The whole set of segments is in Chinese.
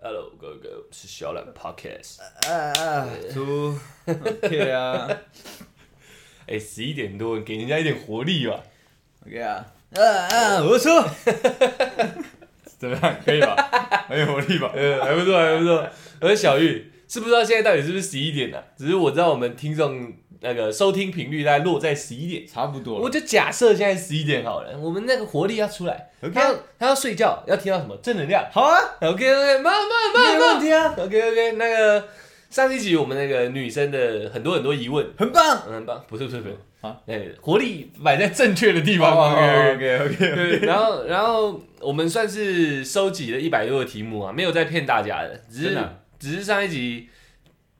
Hello，哥哥是小懒 Podcast。 아,猪，OK 啊哎，十一点多，给人家一点活力吧， ，OK 啊，啊啊，我错，怎么样？可以吧？很有活力吧？嗯，还不错，还不错。而小玉，是不知道现在到底是不是十一点呢、啊只是我知道我们听众那个收听频率大概落在十一点，差不多我了。就假设现在十一点好了，我们那个活力要出来。 OK 他要他要睡觉，要听到什么正能量好啊， ？OK OK，慢慢慢没慢问。题啊， OK OK，那个上一集我们那个女生的很多很多疑问，很棒。嗯，很棒，不是不是不是啊，哦那个活力摆在正确的 아,地方。OK，OK，OK OK，对， 然后然后我们算是收集了一百多个题目啊，没有在骗大家的，只真是的啊只是上一集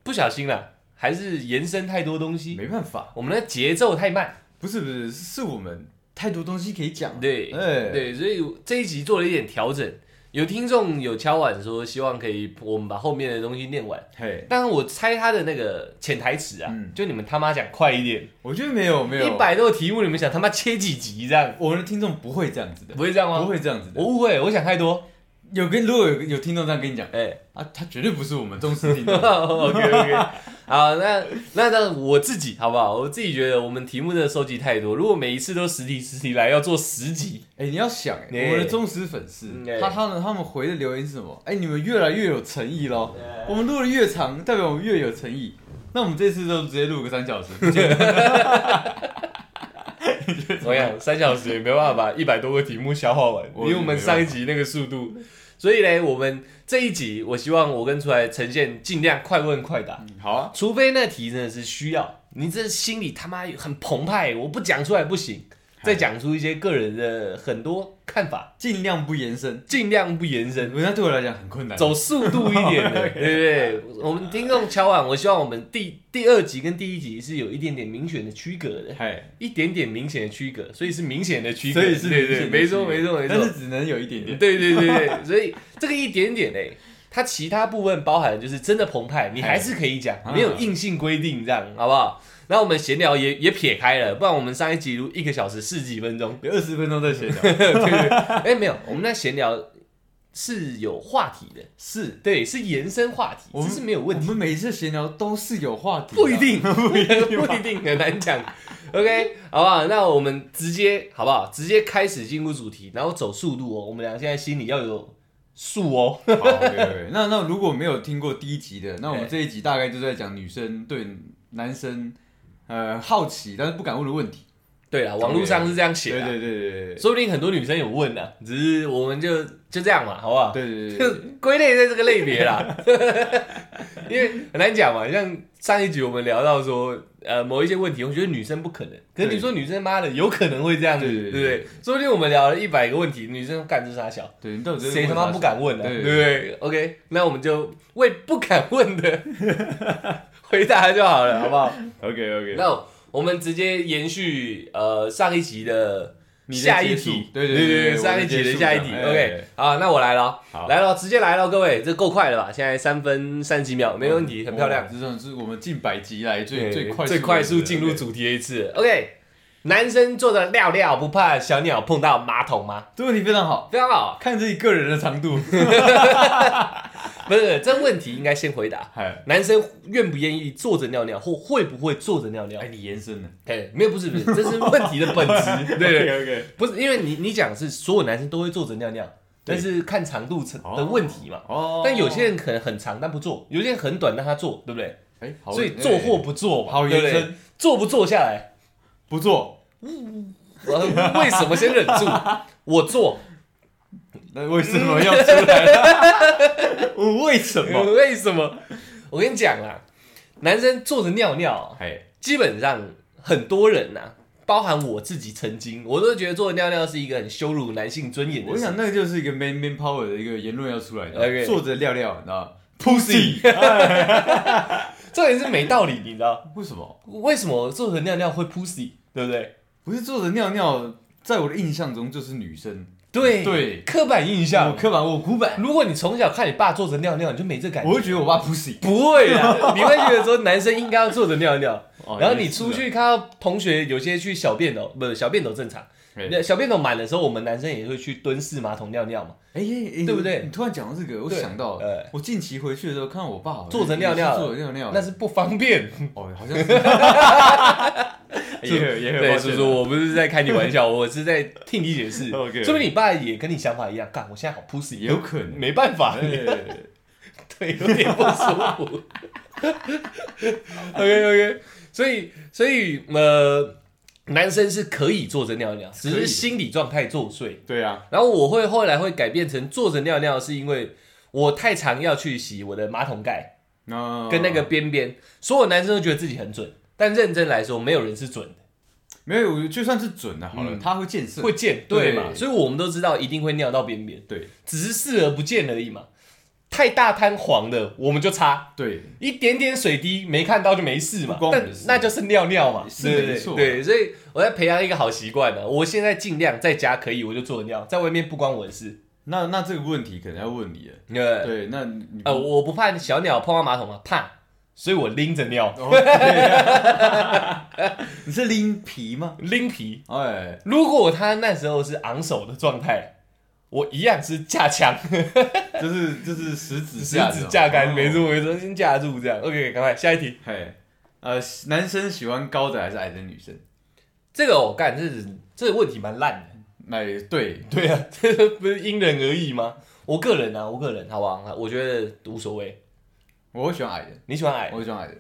不小心了，还是延伸太多东西，没办法，我们的节奏太慢，不是不是，是我们太多东西可以讲。对哎，，对，所以这一集做了一点调整。有听众有敲碗说，希望可以我们把后面的东西念完。嘿，但是我猜他的那个潜台词啊，嗯哦就你们他妈讲快一点，我觉得没有没有，一，百多个题目，你们想他妈切几集这样？我们的听众不会这样子的不，会这样吗？不会这样子我的。误会，我想太多。有跟如果有有听众这样跟你讲哎、啊，他绝对不是我们忠实听 众。 OK OK，好，那那那我自己好不好？我自己觉得我们题目真的收集太多，如果每一次都十题十题来，要做十集，哎，你要想，哎哎我们的忠实粉嗯丝哎，他他们他们回的留言是什么？哎，你们越来越有诚意喽。嗯哎我们录的越长，代表我们越有诚意。那我们这次就直接录个三 小时，不见得我想三小时也没办法把一百多个题目消化完，我以我们没办法上一集那个速度。所以呢，我们这一集，我希望我跟出来呈现尽量快问快答，好啊，除非那题真的是需要，你这心里他妈很澎湃，我不讲出来不行。再讲出一些个人的很多看法，尽量不延伸。尽量不延伸，文章对我来讲很 困难。走速度一点的， 对不对？我们听众敲碗，我希望我们第第二集跟第一集是有一点点明显的区隔的，嗨，一点点明显的区隔，所以是明显的区隔，哎所以是对明显对，的没错区别没错没但错是，只能有一点对点。对对对，所以这个一点点嘞。它其他部分包含的就是真的澎湃，你还是可以讲，哎没有硬性规定这样，好不好？然后我们闲聊也也撇开了，不然我们上一集录一个小时四十几分钟，有二十分钟在闲聊，哎，没有，我们那闲聊是有话题的，是对，是延伸话题，我这们是没有 我问题，们每一次闲聊都是有话题的，不一 定，不一定，不一定，很难讲。OK，好不好？那我们直接好不好？直接开始进入主题，然后走速度哦。我们俩现在心里要有数哦。好。对对 对那那如果没有听过第一集的，那我哎们这一集大概就在讲女生对男生呃好奇但是不敢问的问题。对啊，网络上是这样写对的啊，对对对对对说不定很多女生有问呢，只是我们就就这样嘛，好不好？对对就对，归类在这个类别啦，因为很难讲嘛。像上一集我们聊到说，呃，某一些问题，我觉得女生不可能，可是你对说女生妈的有可能会这样子，对对对不对对？说不定我们聊了一百个问题，女生干这傻小，对你到底在谁他问妈啥不敢问呢、啊对对不对？OK，那我们就为不敢问的 回答就好了，好不好？ ？OK OK，那我们直接延续呃上一集的你的下一结束题，对对对对对我上的一集结的束下一这题样哎，OK，好，那我来了哦，好来了，直接来了，各位，这够快了吧？现在三分三十秒，没问题，很漂亮哇，这算是我们近百集来最嗯对最快最快速进入组。主题的一次，OK。男生做的料料不怕小鸟碰到马桶吗？这个问题非常好，非常好，看自己个人的长度。不是这问题应该先回答。哎，男生愿不愿意坐着尿尿，或会不会坐着尿尿？你延伸了。哎，没有，不是不是，这是问题的本质。 对对， OK。不是因为你你讲是所有男生都会坐着尿尿，对但是看长度成哦的问题嘛。哦但有些人可能很长但不做，有些人很短但他做，对不对？哎，好所以做或不做嘛，好对不对延伸？做不做下来，不做，我为什么先忍住？我做，那为什么要出来？我为什么？为什么？我跟你讲啦，男生坐着尿尿，哎，基本上很多人呐、包含我自己曾经，我都觉得坐着尿尿是一个很羞辱男性尊严的我事。想那个就是一个 man man power 的一个言论要出来 OK 的，坐着尿尿，你知道吗？Pussy，重点是没道理，你知道为什么？为什么坐着尿尿会 pussy，对不对？不是坐着尿尿，在我的印象中就是女生。对对刻板印我象。刻板，我古板，如果你从小看你爸坐着尿尿，你就没这感我觉。会觉得我爸 pussy。不会啦， 你会觉得说男生应该要坐着尿尿， 哦然后也你是出啊去看到同学有些去小便斗，不是小便斗正常，哎那小便桶满的时候，我们男生也会去蹲式马桶尿尿嘛，哎哎，对不对你突然讲到这个，我对想到了，呃，我近期回去的时候看到我爸好像坐着尿尿也是坐着尿尿，那是不方便。哦，好像 是， 也也对，叔叔，我不是在开你玩笑， 我是在替你解释。 OK 说明你爸也跟你想法一样，干，我现在好 pussy，也有可能哎没办 法， 对，有点不舒服。OK OK，所以所以呃，男生是可以坐着尿尿，只可以是的心理状态作祟。对啊，然后我会后来会改变成坐着尿尿，是因为我太常要去洗我的马桶盖那跟那个边边，所有男生都觉得自己很准，但认真来说，没有人是准的，没有，我就算是准啊了好了，嗯他会见色，会见对对嘛？所以我们都知道一定会尿到边边，对只是视而不见而已嘛。太大滩黄的我们就擦，对，一点点水滴没看到就没事嘛不关，我们但的事那就是尿尿嘛，是对不没对错啊对，所以我在培养一个好习惯呢、啊我现在尽量在家可以我就坐着尿，在外面不关我的事，那那这个问题可能要问你了，对不对对，那你呃，我不怕小鸟碰到马桶吗？怕，所以我拎着尿，哦 对啊你是拎皮吗？拎皮。哎，如果他那时候是昂首的状态，我一样是架 枪，就是就是十指十架着指架杆，哦没错没错，先架住这样。OK，赶快下一题。嘿，呃，男生喜欢高的还是矮的女生？这个我、干，这这个问题蛮烂的。哎，对， 对啊，这个不是因人而异吗？我个人啊，我个人，好不好？我觉得无所谓。我会喜欢矮的，你喜欢矮我，会喜欢矮的。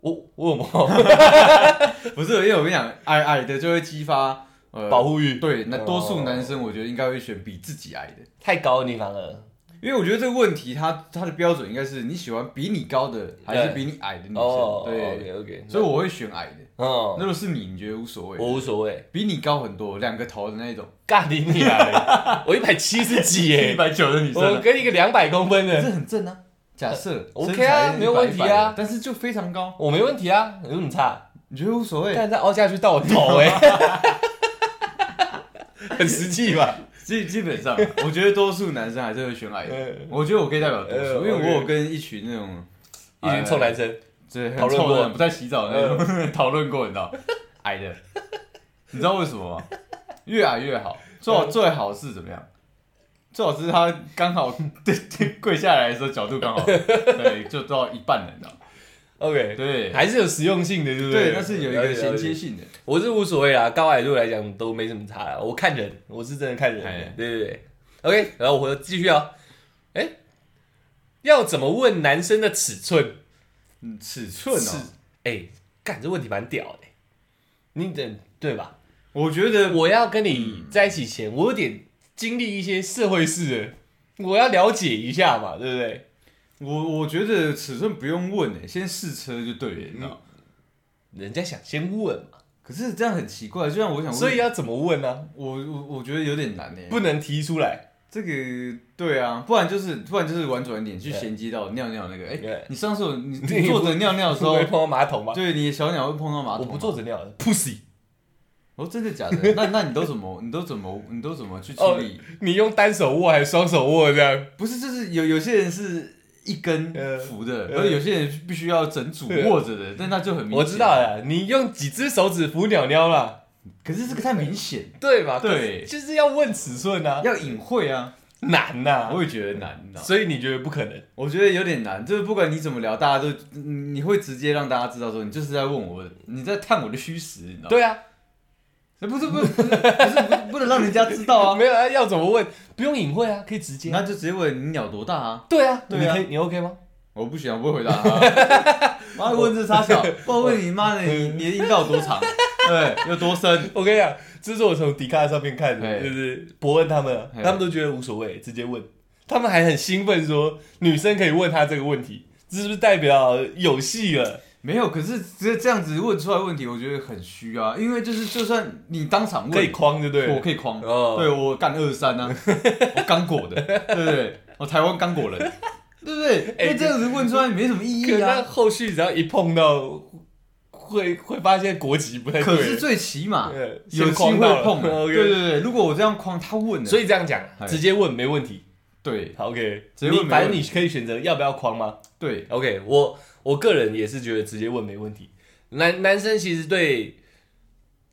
我我有没有呃不是，因为我跟你讲，矮矮的就会激发 呃保。护欲？对，那多数哦男生我觉得应该会选比自己矮的，太高了，你反而因为我觉得这个问题它它的标准应该是你喜欢比你高的还是比你矮的女哦生？，，OK 对，OK，所以我会选矮的。嗯那，如果是你，你觉得无所我谓？无所谓。比你高很多，两个头的那一种，干你你 啊！我一百七十几耶，百九的女啊我跟一个两百公分这的，很正 啊。假设呃 OK 啊身材是没有问题啊100但是就非常高，我没问题啊，有什么差？你觉得无所谓？但再凹下去到我头 哎，很实际吧？基基本上，我觉得多数男生还是会选矮的。嗯我觉得我可以代表多呃数，因为，OK 我有跟一群那种一群臭男生，这讨论过呃不太洗澡的那种 讨论过，你 知道，矮的，你知道为什么吗？越矮越好，最呃好最好是怎么样？最好是他刚好 对对跪下来的时候角度刚好， 对，就到一半了，你知道吗？ OK，哎对还是有实用性的，对不对，对，但是有一个衔接了解。了解性的，我是无所谓啦，高矮对我来讲都没什么差啦。我看人，我是真的看人的哎，对对对。OK，然后我继续啊，哎，要怎么问男生的尺寸？嗯，尺寸是哦，哎、干这问题蛮屌的、你等对吧？我觉得我要跟你在一起前，我有点经历一些社会事的，我要了解一下嘛，对不对？我我觉得尺寸不用问诶，先试车就对了，你知道吗？嗯人家想先问嘛，可是这样很奇怪，就像我想问，所以要怎么问呢、我我我觉得有点难诶。不能提出来，这个对啊，不然就是不然就是婉转一点去衔接到尿尿那个。哎、对你上次有 你对你坐着尿尿的时不候会，碰到马桶吗？对你的小鸟会碰到马我桶。不坐着尿的，pussy，哦，真的假的？那那你都怎么你都怎么你都怎么去处理？ 你用单手握还是双手握这样？不是，就是有有些人是一根呃扶的，呃而、有些人必须要整组呃握着的，但那就很明显。我知道，了，你用几只手指扶鸟鸟啦，可是这个太明显，对吧？对就是要问尺寸啊，要隐晦啊，难呐、我也觉得难，你知道吗。所以你觉得不可能？我觉得有点难，就是不管你怎么聊，大家都嗯你会直接让大家知道说你就是在问我，你在探我的虚实，你知道吗？对啊，欸不是不是不是不是不不能让人家知道啊，没有啊，要怎么问？不用隐晦啊，可以直接啊、那就直接问你鸟多大啊？对啊，对啊你可以，你 OK 吗？我不行，我不会回答他。妈的问这傻小，不然问你妈的你你的阴道有多长？对，有多深？我跟你讲，啊这是我从迪卡上面看的，哎就是伯恩他们啊，哎他们都觉得无所谓，直接问，他们还很兴奋说女生可以问他这个问题，这是不是代表有戏了？没有，可是直接这样子问出来问题，我觉得很虚啊，因为就是就算你当场问，可以框，对不对？我可以框，哦对我干二三 啊，我刚果的，对不对？我台湾刚果人，对不对？哎因为这样子问出来没什么意可哎义那啊。后续只要一碰到，会会发现国籍不太可是对，最起码呃有先机框会到了碰， OK 对对对。如果我这样框，他问了，所以这样讲哎，直接问没问题。对好 OK，直接问你没反正问你可以选择要不要框吗？对， OK，我我个人也是觉得直接问没问题。男男生其实对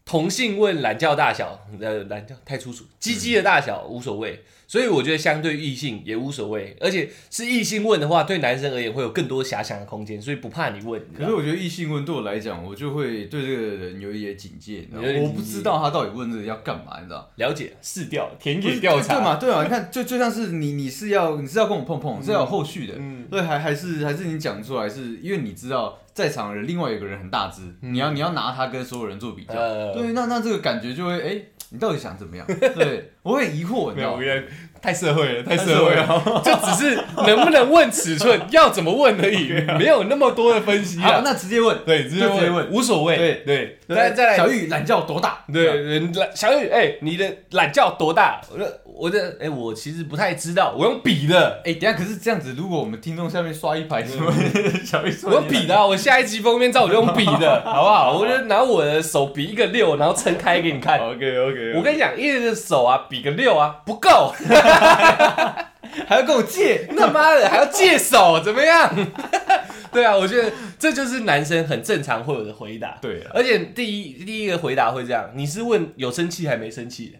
同性问懒觉大小，呃，懒觉太粗俗，鸡鸡的大小无所谓，所以我觉得相对异性也无所谓，而且是异性问的话，对男生而言会有更多遐想的空间，所以不怕你问。你知可道是吗我觉得异性问对我来讲，我就会对这个人有一点警戒，你知道吗有一点警戒我不知道他到底问这个要干嘛，你知道吗？了解试调田野调查，对嘛？对啊嘛？你看，就就像是你，你是要你是要跟我碰碰，是要有后续的，嗯对，还还是还是你讲出来是，因为你知道在场的人另外有个人很大只，你要你要拿他跟所有人做比较，嗯呃对，那那这个感觉就会，哎、你到底想怎么样？对我很疑惑，你没知有，道吗我？觉得太社会了，太社社会会了， 就只是能不能问尺寸，要怎么问而已， 没有那么多的分析好，啊。那直接问，对，直接就直接问问无所谓。对对，再再来小玉懒觉多大？对，人懒小雨，哎、你的懒觉多大？我的我的，哎、我其实不太知道，我用比的，哎、等一下，可是这样子，如果我们听众下面刷一排什么嗯 小玉说我用比的啊、我下一集封面照我就用比的， 好不好？我就拿我的手比一个六，然后撑开给你看。 ，OK OK，我跟你讲，一只手啊比个六啊不够，还要跟我借， 他妈的还要借手，怎么样？ 对啊，我觉得这就是男生很正常会有的回答。对啊，而且第一第一个回答会这样，你是问有生气还没生气的，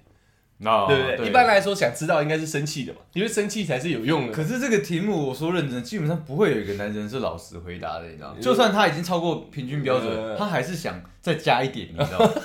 那对不哦对？一般。来说，想知道应该是生气的嘛，因为生气才是有用的。可是这个题目，我说认真，基本上不会有一个男人是老实回答的，你知道吗？就算他已经超过平均标准，呃他还是想再加一点，你知道吗？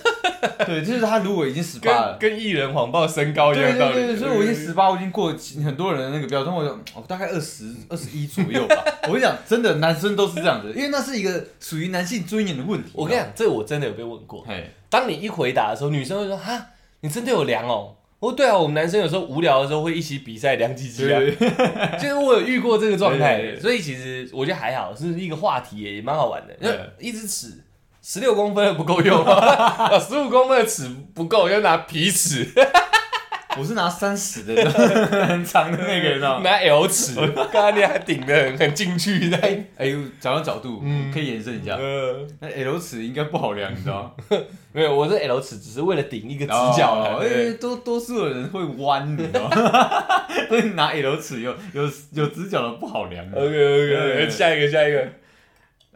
对，就是他如果已经十八了哦跟，跟艺人谎报身高一样对的道对理。对，所以我已经十八，我已经过很多人的那个标准，我就哦大概二十二十一左 右吧。我跟你讲，真的男生都是这样子，因为那是一个属于男性尊严的 问题。我跟你讲，这我真的有被问过。嘿，当你一回答的时候，女生会说：“哈，你真的有量哦。”我说：“对啊，我们男生有时候无聊的时候会一起比赛量几对斤啊。对对，”就是我有遇过这个状对对态，对所以其实我觉得还好，是一个话题也也蛮好玩的。就对一只尺十六公分的不够用， 啊，十五公分的尺不够，要拿皮尺， 我是拿三十的， 很长的那个，你知道吗？拿 L 尺，刚刚你还顶的很进去的。 哎呦，找到角度，嗯可以延伸一下。呃， 那 L 尺应该不好量，你知道吗？没有，我是 L 尺，只是为了顶一 个直角啊哦对因为多多数的人会弯，你知道吗？ 所以拿 L 尺有有有直角的不好量。啊 OK OK，对 OK，下一个下一个，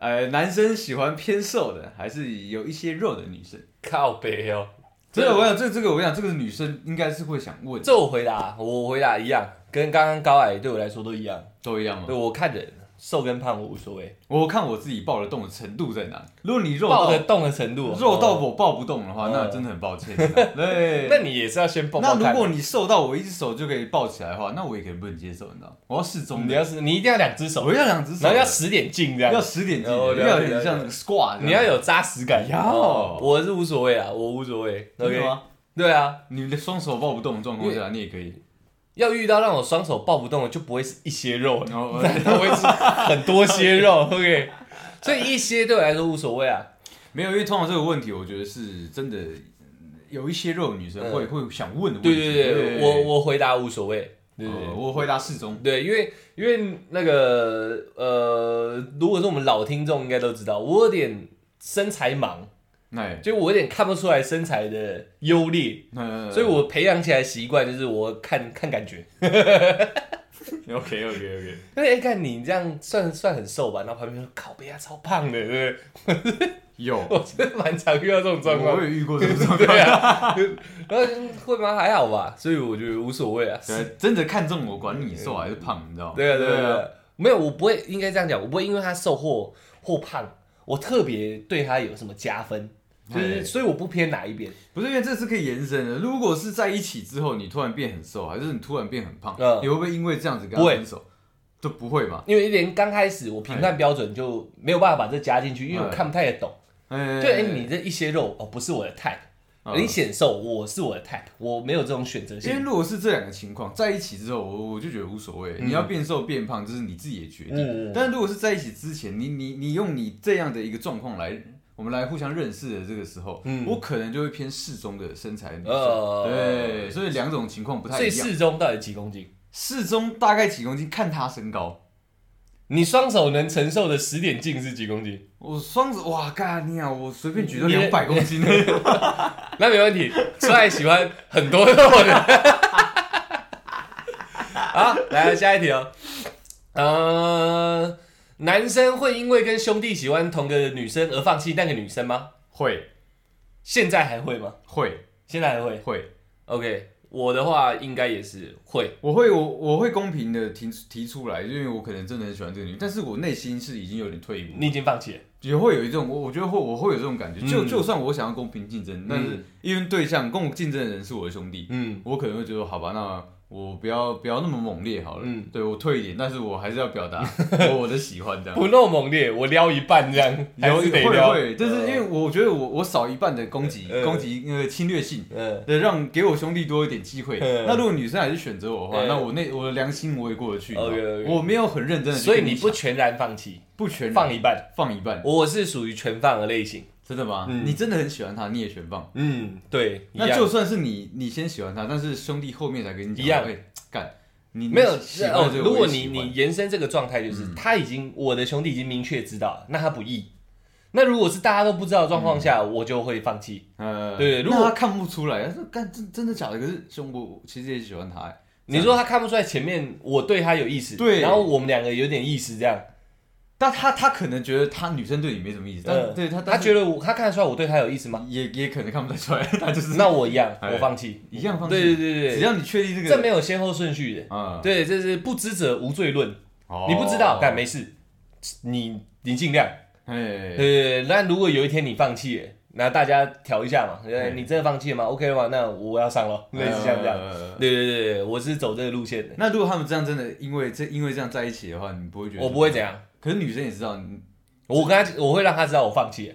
呃，男生喜欢偏瘦的，还是有一些肉的女生？靠北哦，真的，我想这这个，我想这个女生应该是会想问，这我回答，我回答一样，跟刚刚高矮对我来说都一样。都一样吗对？我看人，瘦跟胖我无所谓，我看我自己抱得动的程度在哪。如果你肉抱到得动的程度，肉到我抱不动的话，哦那真的很抱歉。啊 对，那你也是要先抱那抱看。啊如果你瘦到我一只手就可以抱起来的话，那我也可以不能接受，你知道吗？我要适中你的，要是你一定要两只手我，要两只然手的，后要十点进这要样，十点进，哦了解要有了点解像那个 squat，这样你要有扎实感。要哦我是无所谓啊，我无所谓。真的 OK，吗？对啊，你的双手抱不动的状况下，你也可以。要遇到让我双手抱不动的，就不会是一些 肉，然 后它会是很多些肉。OK，所以一些对我来说无所谓啊。没有，因为通常这个问题，我觉得是真的嗯有一些肉的女生会会想问的问对题。对对，哦我我回答无所谓，对对对呃，我回答适中。对，因为因为那个呃，如果是我们老听众应该都知道，我有点身材盲，哎，就我有点看不出来身材的优劣， 那所以我培养起来习惯就是我看看感觉。 OK OK OK，因为哎看你这样算算很瘦吧，然后旁边说靠背啊超胖的，对不 有，对？我真的蛮常遇到这种状我况，有遇过这 种状对况。啊，然后会吗？还好吧，所以我觉得无所谓啊，对，真的看中我，管你瘦还是胖，你知道吗？对啊，对啊对啊，没有，我不会应该这样讲，我不会因为他瘦或或胖，我特别对他有什么加分，就是哎所以我不偏哪一边。不是因为这是可以延伸的。如果是在一起之后，你突然变很瘦，还是你突然变很胖，嗯你会不会因为这样子跟不他会分手？就不会嘛？因为连刚开始我评判标准就没有办法把这加进去，因为我看不太懂。哎，就哎、你这一些肉哦，不是我的 type，、嗯你显瘦，我是我的 type，我没有这种选择因为性。如果是这两个情况在一起之后，我我就觉得无所谓。你要变瘦变胖，这是你自己的决定。嗯嗯但如果是在一起之前，你你你用你这样的一个状况来，我们来互相认识的这个时候，嗯我可能就会偏适中的身材女生。呃对，所以两种情况不太所以一样。适中到底几公斤？适中大概几公斤，看她身高。你双手能承受的十点镜是几公斤？我双手哇，干你啊！我随便举到你两百公 斤，那没问题，帅喜欢很多肉的。 好，来下一题哦。呃，男生会因为跟兄弟喜欢同个女生而放弃那个女生吗？会现在还会吗？会现在还会会， ？OK，我的话应该也是会。我会我我会公平的提提出来，因为我可能真的很喜欢这个女，但是我内心是已经有点退一步，你已经放弃了，也会有一种我我觉得会我会有这种感觉，就嗯就算我想要公平竞争，但是因为对象跟我竞争的人是我的兄弟，嗯我可能会觉得好吧，那我不要不要那么猛烈好了，嗯对我退一点，但是我还是要表 达我我的喜欢这样。不那么猛烈，我撩一半这样，还 有是得会撩，会，但是因为我觉得我我少一半的攻击嗯攻击那个侵略性， 嗯对，让给我兄弟多一点机会。嗯那如果女生还是选择我的话，嗯那我那我的良心我也过得去。 OK，OK 我没有很认真的，所以你不全然放弃，不呃全然放一半。放一半，我是属于全放的类型，真的吗？嗯你真的很喜欢他，你也全放。嗯，对，一那样就算是你你先喜欢他，但是兄弟后面才跟你讲一样哎干你没有你喜哦欢这。个如果我也你喜欢嗯你延伸这个状态，就是、他已经我的兄弟已经明确知道了，那他不易。那如果是大家都不知道的状况下，嗯我就会放弃。呃，对如那果他看不出来，他说干真真的假的？可是兄我我其实也喜欢他，哎你说他看不出来前面我对他有意思，对然后我们两个有点意思这样，但他他可能觉得他女生对你没什么意思，但嗯，对他他他觉得我他看得出来我对他有意思吗？也也可能看不太出来， 他就是那我一样，哎我放弃，一样放弃。对对对对只要你确定这对，个，这没有先后顺序的，啊，对，这是不知者无罪论，哦你不知道，但没事，你你尽量。哎，对，那如果有一天你放弃了，那大家调一下嘛。呃嗯你真的放弃了吗？OK 了吗？那我要上了，类似像这样。呃对对对对，我是走这个路线的，那如果他们这样真的因为这因为这样在一起的话，你不会觉得我不会怎样。可是女生也知道你我跟他，我会让他知道我放弃了。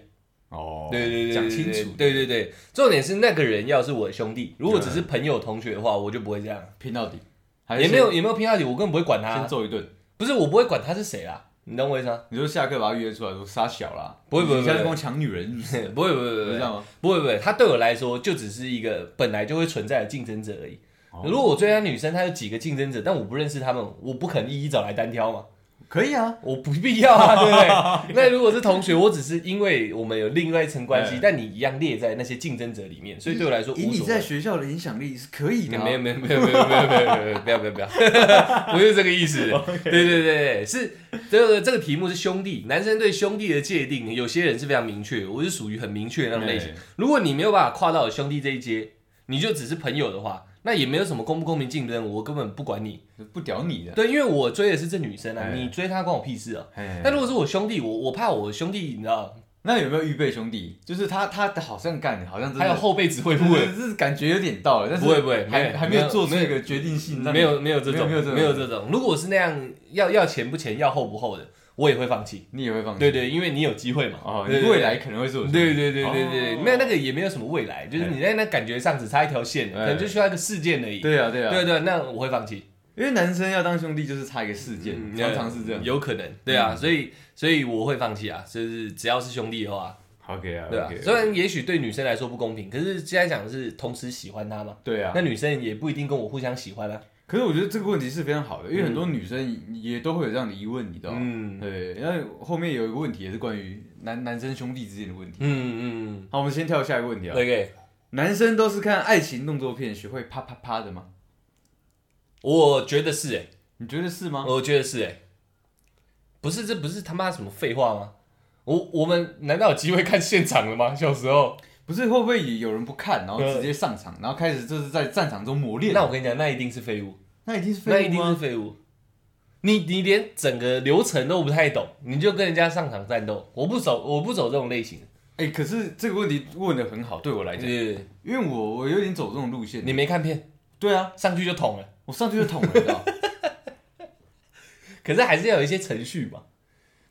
哦，对对对，对讲对清楚，对对对，重点是那个人要是我的兄弟，如果只是朋友同学的话，我就不会这样，拼到底，还是也先没有也没有拼到底，我根本不会管先他。揍一顿。不是，我不会管他是谁啦，你懂我意思吗？你说下课把他约出来，说杀小啦，不会不会你现在不会跟我抢女人， 不会不会不会不不是这会样吗？不会不会，他对我来说就只是一个本来就会存在的竞争者而已。哦如果我追她女生，她有几个竞争者，但我不认识他们，我不肯一一找来单挑嘛，可以啊，我不必要啊，对不对？那如果是同学，我只是因为我们有另外一层关系嗯，但你一样列在那些竞争者里面，所以对我来说以无你所在谓。学校的影响力是可以没的有啊。没有没有没有没有没有没有没有不要不要不要，不是这个意思。对对对对，是这个这个题目是兄弟，男生对兄弟的界定，有些人是非常明确，我是属于很明确的那种类型。如果你没有办法跨到我兄弟这一阶，你就只是朋友的话，那也没有什么公不公平竞争，我根本不管你。对，不屌你的。对，因为我追的是这女生啊，哎你追她关我屁事啊。哎但如果是我兄弟，我我怕我兄弟，你知道，那有没有预备兄弟？就是他，他好像干，好像真的，还有后辈只会不不会，会，是感觉有点到了，但是不会不会没还有还没没有有做出一个决定性，让你没有没有这种没有没有这种没有这种。如果是那样，要要钱不钱，要厚不厚的，我也会放弃。你也会放弃。对对，因为你有机会嘛。哦，对你未。来可能会是我对的对对对对对，哦没有那个也没有什么未来，就是哎你在那感觉上只差一条线，可哎能就需要一个事件而已。对啊对啊，对对，那我会放弃。因为男生要当兄弟就是差一个事件，嗯常常是这样。嗯有可能，对啊，所以所以我会放弃啊，就是只要是兄弟的话， OK 啊对啊，虽然也许对女生来说不公平，可是现在讲的是同时喜欢他嘛，对啊那，女生也不一定跟我互相喜欢啊。可是我觉得这个问题是非常好的，因为很多女生也都会有这样的疑问，你知道吗？嗯对，因为后面有一个问题也是关于男男生兄弟之间的问题。嗯嗯好，我们先跳下一个问题啊。 ，OK，男生都是看爱情动作片学会啪啪啪的吗？我觉得是哎、你觉得是吗？我觉得是哎、不是这不是他妈什么废话吗？我我们难道有机会看现场了吗？小时候，不是，会不会有人不看，然后直接上场，然后开始就是在战场中磨练？嗯那我跟你讲，那一定是废物，那一定是那废一物啊定是吗？废物。你你连整个流程都不太懂，你就跟人家上场战斗，我不走我不走这种类型。哎、可是这个问题问的很好，对我来讲，对，因为我我有点走这种路线。嗯你没看片，对啊，上去就捅了，我上去就捅了，你 知道？可是还是要有一些程序嘛，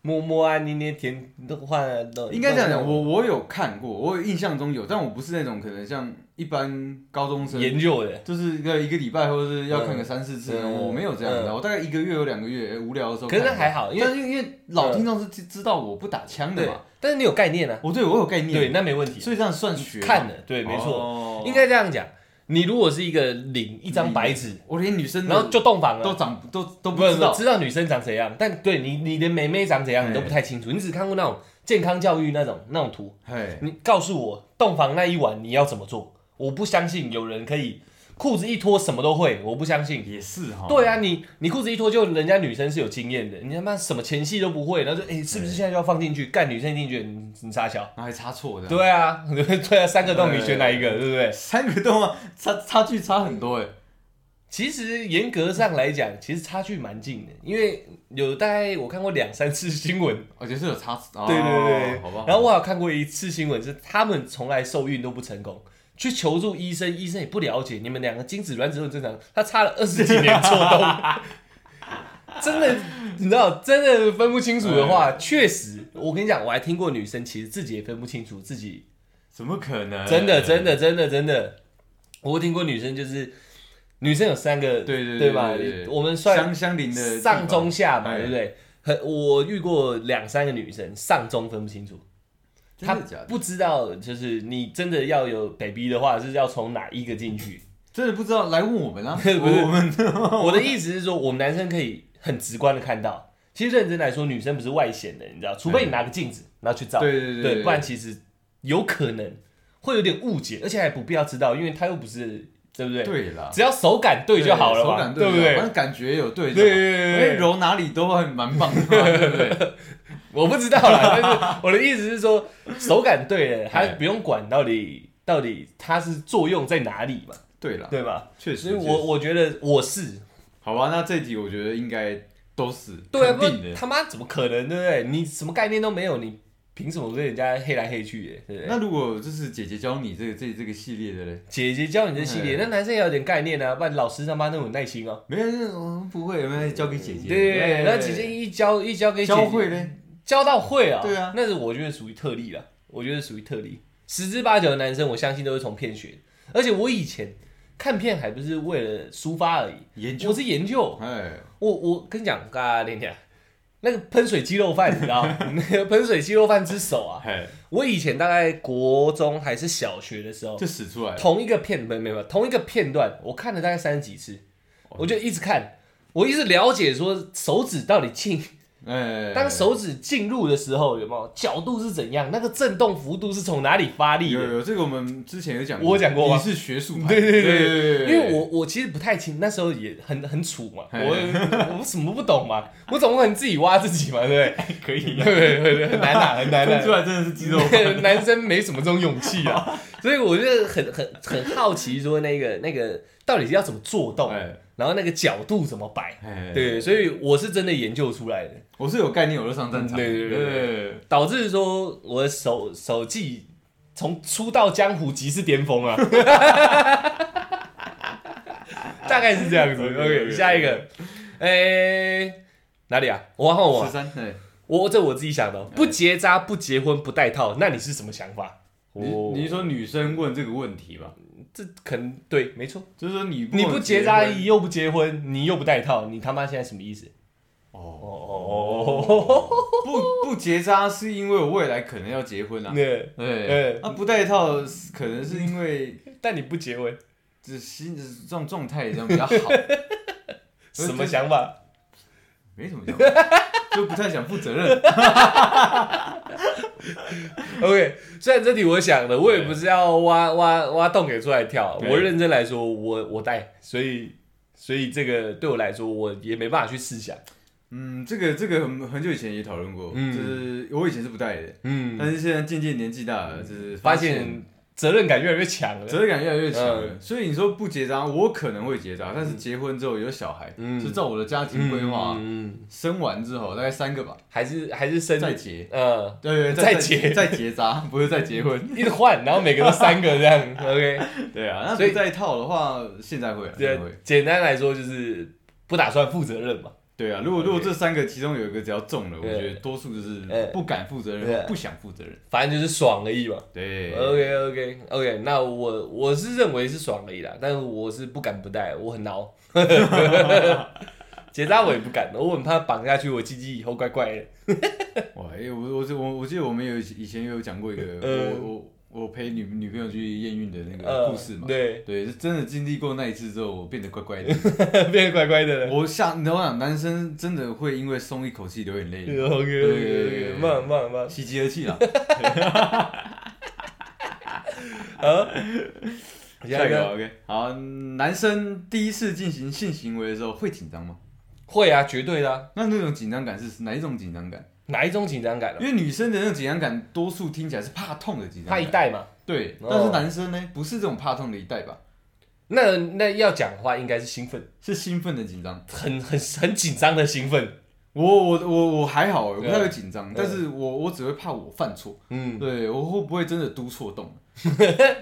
摸摸啊、捏捏、填都换啊，都应该这样讲，我我有看过，我有印象中有，但我不是那种可能像一般高中生，研究的，就是一个一个礼拜或者是要看个三四次，嗯我没有这样，嗯你知道？我大概一个月有两个月、哎无聊的时候可看是一下。还好，因为但是因为因为老听众是知知道我不打枪的对嘛，，但是你有概念啊，我对我有概念，对，那没问题，所以这样算学嘛看了，对，没错，哦应该这样讲。你如果是一个领一张白纸，我连女生的然后就洞房都了。长都都不不知道，知道女哎生长怎样，但对你你连妹妹长怎样你都不太清楚，你只看过那种健康教育那种那种图。嘿，你告诉我洞房那一晚你要怎么做？我不相信有人可以裤子一脱什么都会，我不相信。也是哈。对啊，你你裤子一脱就人家女生是有经验的，你他妈什么前戏都不会，然后就哎、是不是现在就要放进去？干女生进去，你嗯你傻小。然后还插错的，，对啊， 对啊，三个洞你选哪一个，对不对？三个洞啊，差差距差很多哎。其实严格上来讲，其实差距蛮近的，因为有大概我看过两三次新闻，我觉得是有差，对对对对，哦好吧。然后我还有看过一次新闻是他们从来受孕都不成功，去求助医生，医生也不了解，你们两个精子卵子都很正常，他差了二十几年做到。 真的，你知道，真的分不清楚的话，哎确实，我跟你讲，我还听过女生其实自己也分不清楚自己怎么可能？真的，真的，的，真的，真的，我听过女生就是女生有三个，对对对对吧对对？对我们算相相邻的地方上中下嘛，哎对不对？很，我遇过两三个女生，上中分不清楚，真她的假的？不知道，就是你真的要有 baby 的话，是要从哪一个进 去？真的不知道，来问我们 啊，不是我们 我的意思是说，我们男生可以很直观的看到。其实认真来说，女生不是外显的，你知道，除非你拿个镜子然后去照，对对对对，不然其实有可能会有点误解，而且还不必要知道，因为他又不是，对不对？对啦，只要手感对就好了手嘛，感对对不就好对反？正感觉有对就好，对对对对对因为揉哪里都很蛮棒的 嘛，对不对？我不知道啦，但是我的意思是说，手感对了， 还哎不用管到底到底它是作用在哪里嘛，对啦，对吧？确所实，以确实我我觉得我是好吧，那这题我觉得应该都是对啊，肯不定然的。他妈怎么可能对不对？你什么概念都没有，你凭什么跟人家黑来黑去的，对不对？那如果就是姐姐教你这个这这个系列的嘞，姐姐教你这系列，哎那男生也要有点概念啊，不然老师他妈那有耐心哦。没有，那我们不会，我们交给姐姐。对，哎那姐姐一教一教给姐姐教会嘞，教到会啊，对啊那是我觉得属于特例了，我觉得属于特例，十之八九的男生我相信都是从片学，而且我以前看片还不是为了抒发而已，研我究，是研究，哎，我我跟你讲，嘎练练。那个喷水鸡肉饭，你知道吗 那个喷水鸡肉饭之手啊！哎，我以前大概国中还是小学的时候，就使出来了，同一个片没没有没有同一个片段，我看了大概三十几次，我就一直看，我一直了解说手指到底进哎，当手指进入的时候，有没有角度是怎样？那个震动幅度是从哪里发力有的？有这个我们之前有讲，我讲过吗啊你是学术派，对对对对对因为我我其实不太清，那时候也很很楚嘛，嘿我我什么不懂嘛，我总不能自己挖自己嘛，对不哎可以啊对？对对对，很难啊，很难喷出啊。来真的是肌肉， 男生没什么这种勇气啊，所以我就很很很好奇，说那个那个到底是要怎么做动，哎然后那个角度怎么摆，哎，对，所以我是真的研究出来的。我是有概念，我就上战场，对嗯对对对对，导致说我的手手技从初到江湖即是巅峰 啊，大概是这样子。 OK，OK，OK OK，下一个，诶、哪里啊？我换我十啊，三，哎，我我这我自己想的哦，不结扎、不结婚、不戴套，那你是什么想法？你哦你是说女生问这个问题吧，这可能对，没错。就是说你你不结扎，衣，又不结婚，你又不戴套，你他妈现在什么意思？哦，哦，不不结扎是因为我未来可能要结婚啊，那对哎，啊不戴套是可能是因为但你不结婚，这心这状状态这样比较好，什么想法？ 没什么想法，就不太想负责任， OK，虽然这题我想的，我也不是要挖挖挖洞给出来跳。对我认真来说，我我带，所以所以这个对我来说，我也没办法去试想。 嗯，这个这个很很久以前也讨论过，嗯就是我以前是不戴的。嗯，但是现在渐渐年纪大了，就是发现嗯现责任感越来越强了。责任感越来越强了。所以你说不结扎，我可能会结扎，但是结婚之后有小孩，嗯就照我的家庭规划，嗯嗯，嗯生完之后大概三个吧，还是还是生再结，呃，对对，再结再结扎，不是再结婚。一直换，然后每个都三个这样。OK， 对啊，那所以不戴套的话，现在会啊，现这在会。简单来说就是不打算负责任嘛。对啊，如果如果 OK 这三个其中有一个只要中了，我嗯对觉得多数就是对不敢负责对任，不想负责任。反正就是爽而已嘛。对， OK OK OK，那我我是认为是爽而已啦，但是我是不敢不戴，我很挠，结扎我也不敢，我很怕绑下去，我鸡鸡以后怪怪的。哇，哎，我我我我记得我们有以前有讲过一个，呃我我我陪女女朋友去验孕的那个故事嘛。嗯对，对，是真的经历过那一次之后，我变得乖乖的。变得怪怪的了。我想，你懂吗？男生真的会因为松一口气流眼泪， OK OK OK，慢慢慢，喜 极而泣啦。啊，下一个 OK，好，男生第一次进行性行为的时候会紧张吗？会啊，绝对的啊、那那种紧张感是哪一种紧张感？哪一种紧张感、啊因？为女生的那种紧张感，多数听起来是怕痛的紧张怕感。一代嘛，对，哦但是男生呢，不是这种怕痛的一代吧？那那要讲的话，应该是兴奋，是兴奋的紧张。很很很紧张的兴奋。哦我我我我还好，欸我不太会紧张，嗯但是我我只会怕我犯错。嗯，对我会不会真的督错洞？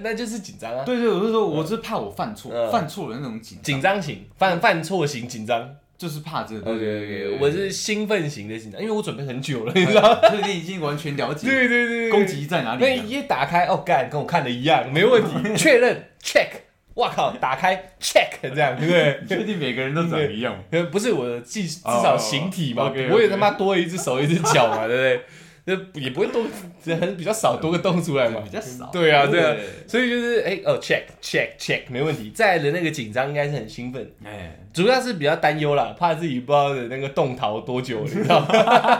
那就是紧张啊，对对，我是说，我是怕我犯错，嗯犯错的那种紧张，紧张型，犯犯错型紧张。就是怕这个。对对对对，对，我是兴奋型的紧张，因为我准备很久了，你 对，知道吗？所以你已经完全了解哎对对对，对攻。击在哪那里了。一打开，哦，干，跟我看的一样，没问 题，确认，check，哇靠，打开，check，这样，对不对？你确定每个人都长得一样吗？呃，不是我的技，至少形体嘛， OK，OK 我也他妈多一只手一只脚嘛，对不对？那也不会多，很比较少多个洞出来嘛比。较少。 对啊，对啊，所以就是哎、哦，check check check，没问题。再来的那个紧张应该是很兴奋，哎，主要是比较担忧啦，怕自己不知道的那个洞逃多久，你知道吗？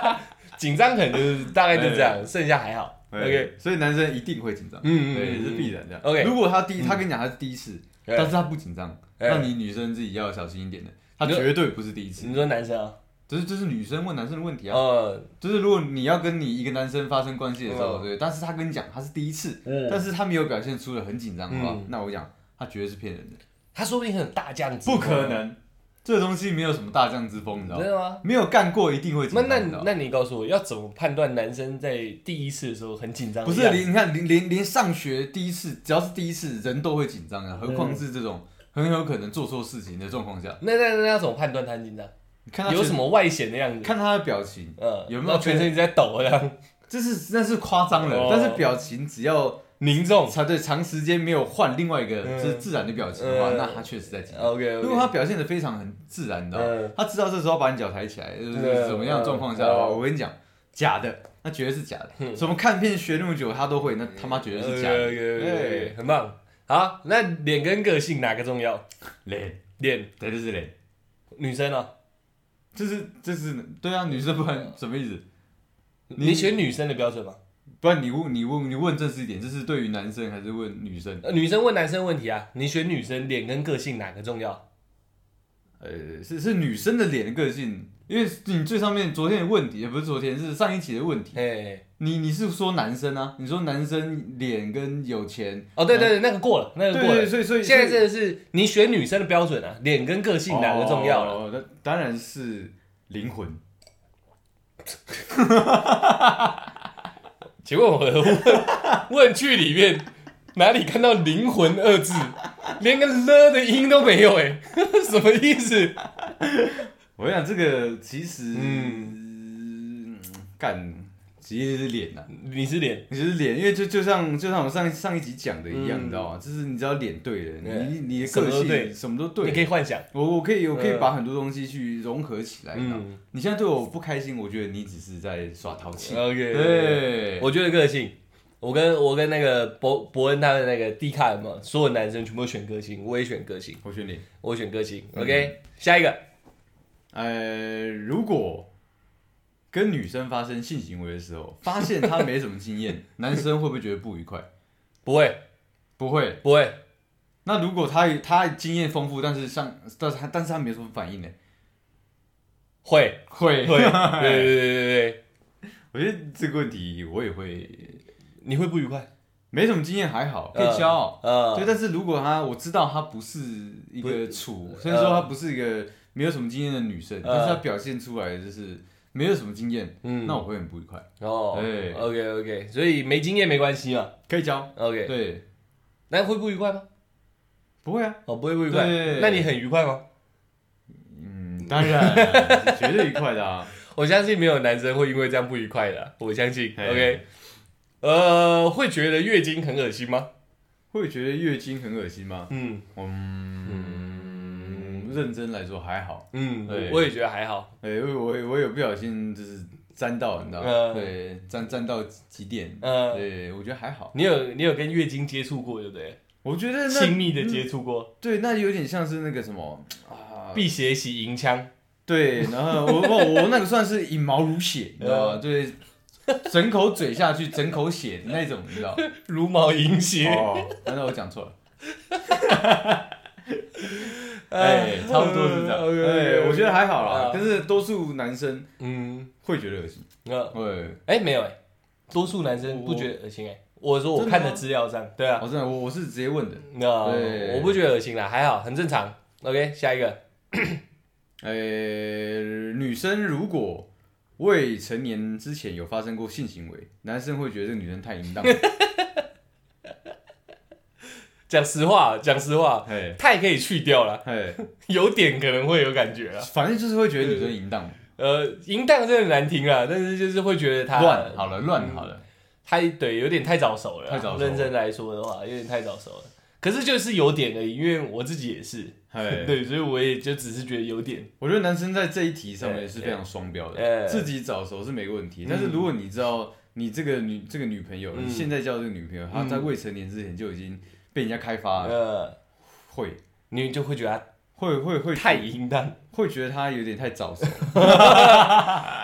紧张可能就是大概就这样，剩下还好。OK，哎所以男生一定会紧张，嗯嗯对，嗯是必然的。 OK 嗯如果他第一，他跟你讲他是第一次，对但是他不紧张，哎那你女生自己要小心一点的，他你说绝对不是第一次，你说男生啊？这是这是女生问男生的问题啊，呃，就是如果你要跟你一个男生发生关系的时候，嗯对，但是他跟你讲他是第一次，嗯但是他没有表现出的很紧张的话嗯，那我讲他绝对是骗人的，他说不定很大将之不可，能，这东西没有什么大将之风，你知道真吗？的吗？没有干过一定会紧那张，那你知道吗那你告诉我要怎么判断男生在第一次的时候很紧张？不一是样连你看连连连上学第一次，只要是第一次，人都会紧张啊，何嗯况是这种很有可能做错事情的状况下，那那那要怎么判断他很紧张？你看他有全什么外显的样子？看他的表情，嗯，有没有那全身一直在抖这 样？这是那是夸张了，哦但是表情只要凝重。长对长时间没有换另外一个嗯就是自然的表情的话，嗯那他确实在紧张。 OK，如果他表现的非常很自然的，嗯，他知道这时候把你脚抬起来，就是对怎么样的状况下的话，我跟你讲，假的，那绝对是假嗯的。什么看片学那么久他都会，那他妈绝对是假的。 OK，很棒。好，那脸跟个性哪个重要？脸，脸，对，就是脸。女生哦，就是就是对啊，女生不然什么意思？你你选女生的标准吗？不然你问你问你问正式一点，这是对于男生还是问女生？呃女生问男生问题啊，你选女生脸跟个性哪个重要？呃，是是女生的脸个性，因为你最上面昨天的问题，也不是昨天，是上一期的问题。哎，你你是说男生啊？你说男生脸跟有钱，哦，对对对，那个过了，那对个过了对，。所以所以现在这个是你选女生的标准啊，脸跟个性哪个重要啊了？了？哦那当然是灵魂。请问我的问问句里面哪里看到“灵魂”二字，连个了的音都没有、欸，哎， 什么意思？我想这个其实，嗯嗯，干，其实是脸呐、啊你是脸，你就是脸，因为就就像就像我们上一上一集讲的一样，嗯你知道吗？就是你只要脸对了，对你你的什么个都对性什么都你可以对，幻想，我我可以我可以嗯把很多东西去融合起来。你知道吗嗯你现在对我不开心，我觉得你只是在耍淘气。 ，OK，对，我觉得个性。我跟我跟那个伯伯恩他们那个 D 卡有没有？所有男生全部都选个性，我也选个性，我选脸。我选个性。OK，、下一嗯个呃，如果跟女生发生性行为的时候，发现她没什么经验， 男生会不会觉得不愉快？不会不会。不会，那如果他他经验丰富，但是像但是他但是他没有什么反应呢？会会会， 对对对对对对，我觉得这个问题我也会你会不愉快，没什么经验还好，可以骄傲。呃，对，但是如果她我知道她不是一个处，虽然说她不是一个没有什么经验的女生，呃但是她表现出来就是没有什么经验，嗯那我会很不愉快。哦对，OK OK，所以没经验没关系嘛可以教， ，OK。对，那会不愉快吗？不会啊，哦，不会不愉快。对那你很愉快吗？嗯，当然 绝对愉快的啊。我相信没有男生会因为这样不愉快的啊，我相信。嘿 OK，呃，会觉得月经很恶心吗？会觉得月经很恶心吗？嗯嗯，认真来说还好，嗯，对我也觉得还好。哎，我我我有不小心就是沾到，你知道吗？嗯对，沾沾到几点？呃，对，我觉得还好。你有你有跟月经接触过对不对？我觉得亲那嗯密的接触过，对，那有点像是那个什么啊，辟邪洗银枪。对，然后我我我那个算是引毛如血，你知道吗？对，整口嘴下去，整口血的那种，你知道？茹毛饮血， 哦哦，难道我讲错了？ 哎， 差不多是这样。哎，我觉得还好啦啊，但是多数男生嗯，会觉得恶心。那对，哎没有哎，多数男生不觉得恶心哦哎。我说我真的看吗的资料上，对啊，哦，真的，我我是直接问的。那对我不觉得恶心啦，还好，很正常。OK，下一个，呃，哎女生如果未成年之前有发生过性行为，男生会觉得这个女生太淫荡了。 讲实话，讲实话，嘿，太可以去掉了，嘿，有点可能会有感觉啊。 反正就是会觉得女生 淫荡嘛呃，淫荡真的难听啦，但是就是会觉得他乱，好了，乱好了。太对，有点太早熟了啦。太早熟了认真来说的话，有点太早熟了。可是就是有点而已，因为我自己也是，嘿，对，所以我也就只是觉得有点，嗯我觉得男生在这一题上面是非常双标哎的，自己早熟是没问题，但是如果你知道你这个女这个女朋友，嗯你现在交的这个女朋友，她在未成年之前就已经被人家开发了，呃，会你就会觉得会会会他太淫 荡。会觉得她有点太早熟，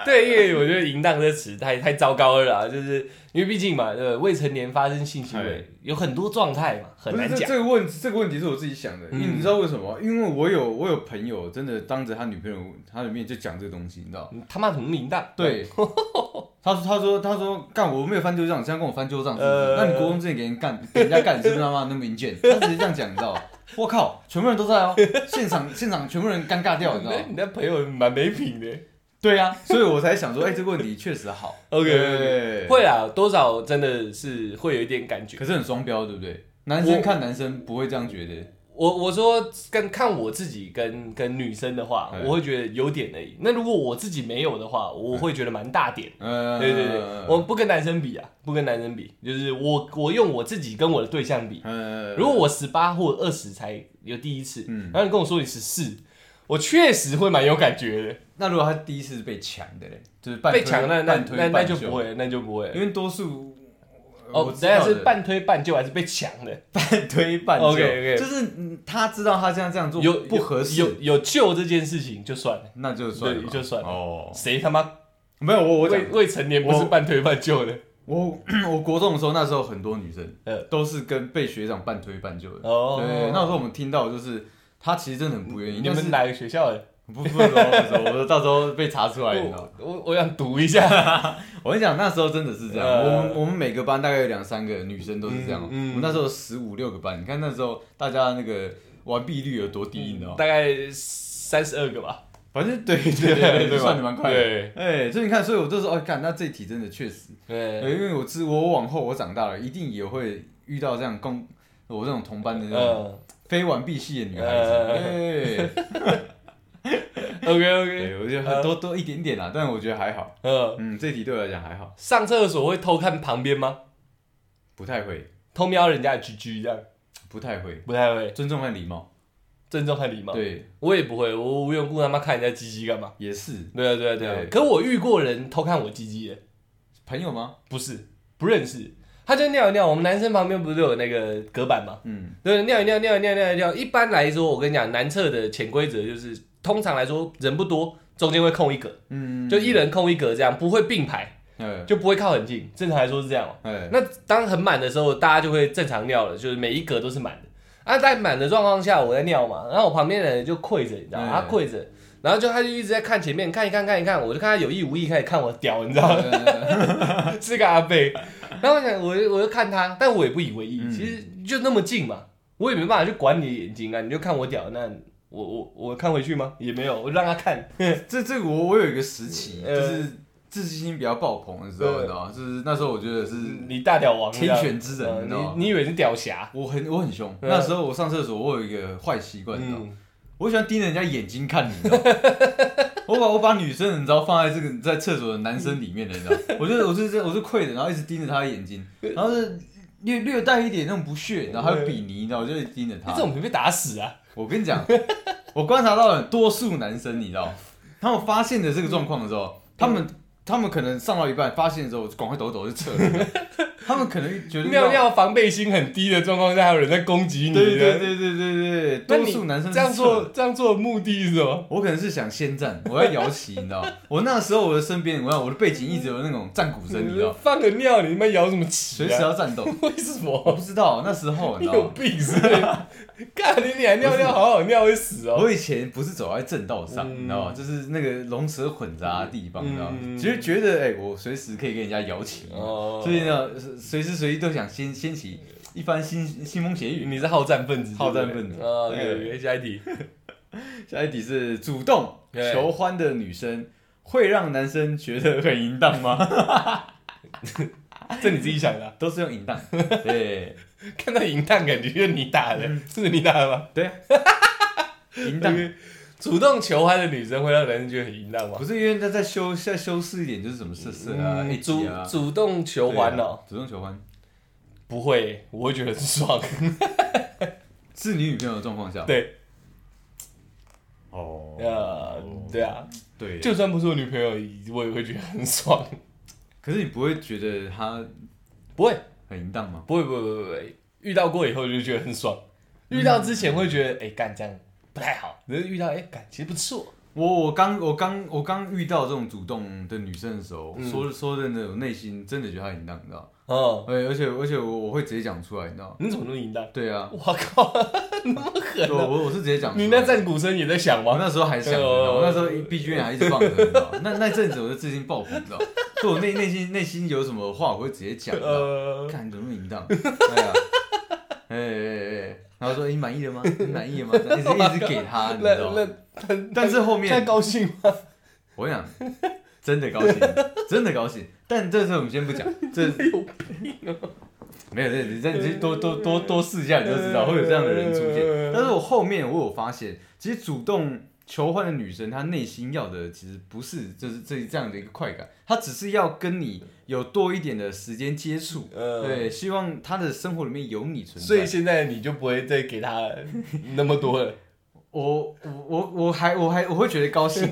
对，因为我觉得“淫荡”这词太太糟糕了啦，就是因为毕竟嘛，呃，未成年发生性行哎为有很多状态嘛，很不是难这讲。这个问这个问题是我自己想的，因为嗯你知道为什么吗？因为我有我有朋友真的当着他女朋友他的面就讲这个东西，你知道？你他妈什么淫荡？对，他说他说他说干我没有翻旧账，你现在跟我翻旧账是不是呃？那你国中之前给人干给人家干，你是不是他妈那么淫贱？他直接这样讲，你知道？我靠，全部人都在哦，现场现场全部人尴尬掉，你知那道吗？哎你那朋友蛮没品的。对呀、所以我才想说，哎、这个问题确实好 OK，对会啦，多少真的是会有一点感觉可。是很双标，对不对？男生我看男生不会这样觉得，我我说跟看我自己跟跟女生的话，嗯我会觉得有点而已。那如果我自己没有的话，我会觉得蛮大点。嗯、对对对，我不跟男生比啊，不跟男生比，就是我我用我自己跟我的对象比。呃如果我十八或二十才有第一次，嗯然后你跟我说你十四，我确实会蛮有感觉的。呃那如果他第一次是被抢的嘞，就是半推被抢那那半推那那半就就不，会，那就不会因。为多数哦，我等知下道是的半推半就还是被抢的？半推半就 OK，OK 就是嗯他知道他这样这样做有不合适，有有救这件事情就算了，那就算了对吧，就算了哦，谁他妈没有我我讲未未成年不是半推半就的？我 我国中的时候，那时候很多女生呃都是跟被学长半推半就的，哦对，那时候我们听到就是他其实真的很不愿意，你但是们哪个学校的？不不哦不不不，我到时候被查出来，你知道吗我。我我想读一下。 我跟你讲，那时候真的是这样。呃我们我们每个班大概有两三个女生都是这样。嗯嗯我们那时候十五六个班，你看那时候大家那个完毕率有多低，你知道吗？大概三十二个吧。反正对对对对嗯对吧算的蛮快的。对哎、所以你看，所以我就说，哦，看那这题真的确实，哎对，因为我知我往后我长大了，一定也会遇到这样共我这种同班的那种嗯非完毕系的女孩子。呃哎、 ，OK 对 OK，我觉呃得多多一点点啦，但我觉得还好。嗯，嗯，这题对我来讲还好，上厕所会偷看旁边吗？不太会，偷瞄人家的 GG 这样？不太会，不太会，尊重和礼貌。尊重和礼貌。，对，我也不会，我无缘无故他妈看人家 GG 干嘛？也是对啊对啊对啊对。可我遇过人偷看我 GG 的，朋友吗？不是不认识，他就尿一尿。我们男生旁边不是都有那个隔板吗？嗯，对，尿一尿，尿一尿，尿一尿。一般来说，我跟你讲，男厕的潜规则就是，通常来说人不多，中间会空一格，嗯，就一，人空一格这样，不会并排，哎就不会靠很近。正常来说是这样、哦。哎，那当很满的时候，大家就会正常尿了，就是每一格都是满的。啊，在满的状况下，我在尿嘛，然后我旁边的人就跪着，你知道吗？嗯他跪着，然后就他就一直在看前面，看一看，看一看，我就看他有意无意开始看我屌，你知道吗？嗯是个阿贝。然后我想，我就我就看他，但我也不以为意，嗯其实就那么近嘛，我也没办法去管你的眼睛啊，你就看我屌，那我我我看回去吗？也没有，我让他看。哎这这个我我有一个时期，呃就是自信心比较爆棚的时候，对你知道吗？就是那时候我觉得是你大屌王，嗯天选之呃人，你知道吗？你你以为是屌侠？我很我很凶，嗯那时候我上厕所，我有一个坏习惯，你知道吗？嗯，我喜欢盯着人家眼睛看，你知道吗？我把我把女生，你知道放在这个在厕所的男生里面的，你知 道吗？我就我是这我是跪着，然后一直盯着他的眼睛，然后是略略带一点那种不屑，然后还有鄙夷，你知道吗，我就一直盯着他你。怎么没被打死啊？我跟 你讲，嗯我观察到了多数男生，你知道，他们发现了这个状况的时候，他们他们可能上到一半发现的时候，我就赶快抖抖就撤 了。他们可能觉得尿尿防备心很低的状况下，还有人在攻击你， 对对不对对对对，那多你数男生是这样撤做的，这样做的目的是什么？我可能是想先战，我要摇旗，你知道 吗？我那时候我的身边，我我的背景一直有那种战鼓声，你知道吗，放个尿，你他妈摇什么旗随时啊？要战斗。为什 我么？不知道那时候，你 你知有道吗？病是不是？干你脸尿尿好好尿会死哦！我以前不是走在正道上，嗯你知道吗？就是那个龙蛇混杂的地方，你知道吗？嗯其实觉得哎、我随时可以跟人家摇旗，哦，所以呢，随时随地都想掀掀起一番新腥风血雨。你是好战分子，好战分子啊！对，下一题，下一题是主动对求欢的女生会让男生觉得很淫荡吗？这你自己想的啊。都是用淫 荡，对看到银弹，感觉就是你打的，是你打的吗？对啊，淫荡 OK 主动求欢的女生会让男生觉得很淫荡吗 不？是因为他在修再修饰一点就是什么色色啊，嗯一主级啊，主动求欢对哦，啊，主动求欢不会，我会觉得很爽。是你女朋友的状况下， 对，哦呃，对啊，对，就算不是我女朋友，我也会觉得很爽。可是你不会觉得他 不会，很淫荡吗？不会，不会，不会不会，嗯遇到过以后就觉得很爽。遇到之前会觉得，哎、干这样不太好。可是遇到，哎、干其实不错。我我刚我刚我刚遇到这种主动的女生的时候，嗯说说真的，我内心真的觉得她淫荡，你知道吗？哎哦，而而且而且我我会直接讲出来，你知道吗？你怎么那么淫荡？对啊，我靠，那么对狠、我啊！我我是直接讲出来。你那战鼓声也在响我 吗？那时候还想着，哦我那时候 B G M 还一直放着，你知道吗？那那阵子我的自信爆棚，你知道吗？所以我内内心内心有什么话，我会直接讲。你 知道吗呃，看你怎么那么淫荡？对啊，哎哎哎，然后说你满意了吗？你满意了吗？一直一直给他，你知那道那吗？但是后面太高兴 吗？我想真的高兴，真的高兴。但这次我们先不讲，这有没有，这你这你多多多多试一下，你就知道会有这样的人出现。但是我后面我有发现，其实主动求欢的女生，她内心要的其实不是就是这这样的一个快感，她只是要跟你有多一点的时间接触。呃对，希望她的生活里面有你存在。所以现在你就不会再给他那么多 了。我我我我还我还我会觉得高 兴，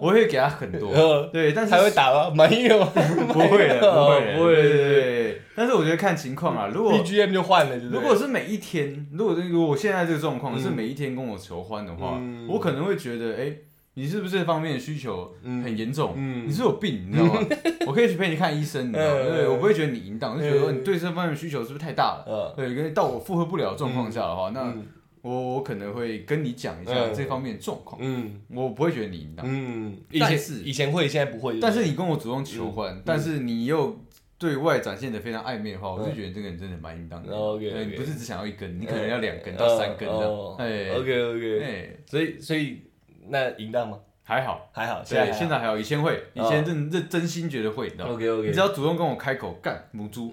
我会给她很多呃。对，但是还会打 吗？满意了吗？不会的，不会的，不会的对对对。但是我觉得看情况啊，如果 BGM 就换了，对不对如果是每一天，如果如果我现在这个状况嗯是每一天跟我求欢的话，嗯我可能会觉得，哎、你是不是这方面的需求嗯很严重？嗯你是有病，你知 道吗？我可以去陪你看医生，你知道吗？嗯对，我不会觉得你淫荡，我就觉得嗯哦你对这方面的需求是不是太大了？呃，对，跟到我负荷不了的状况下的话，那嗯我我可能会跟你讲一下嗯这方面的状况，嗯我不会觉得你淫荡。嗯，以但前是以前会，现在不会，但是你跟我主动求嗯欢，但是你又对外展现的非常暧昧的话，我就觉得这个人真的蛮淫荡的。嗯，OK，对 OK 哦你不是只想要一根，你可能要两根到三根这样。哎 OK OK，哎，所以所以那淫荡吗？还好，还好，啊现对，在现在还好，以前会，以哦前认认真心觉得会，你知道吗？ OK 你 OK 只要主动跟我开口干母 猪，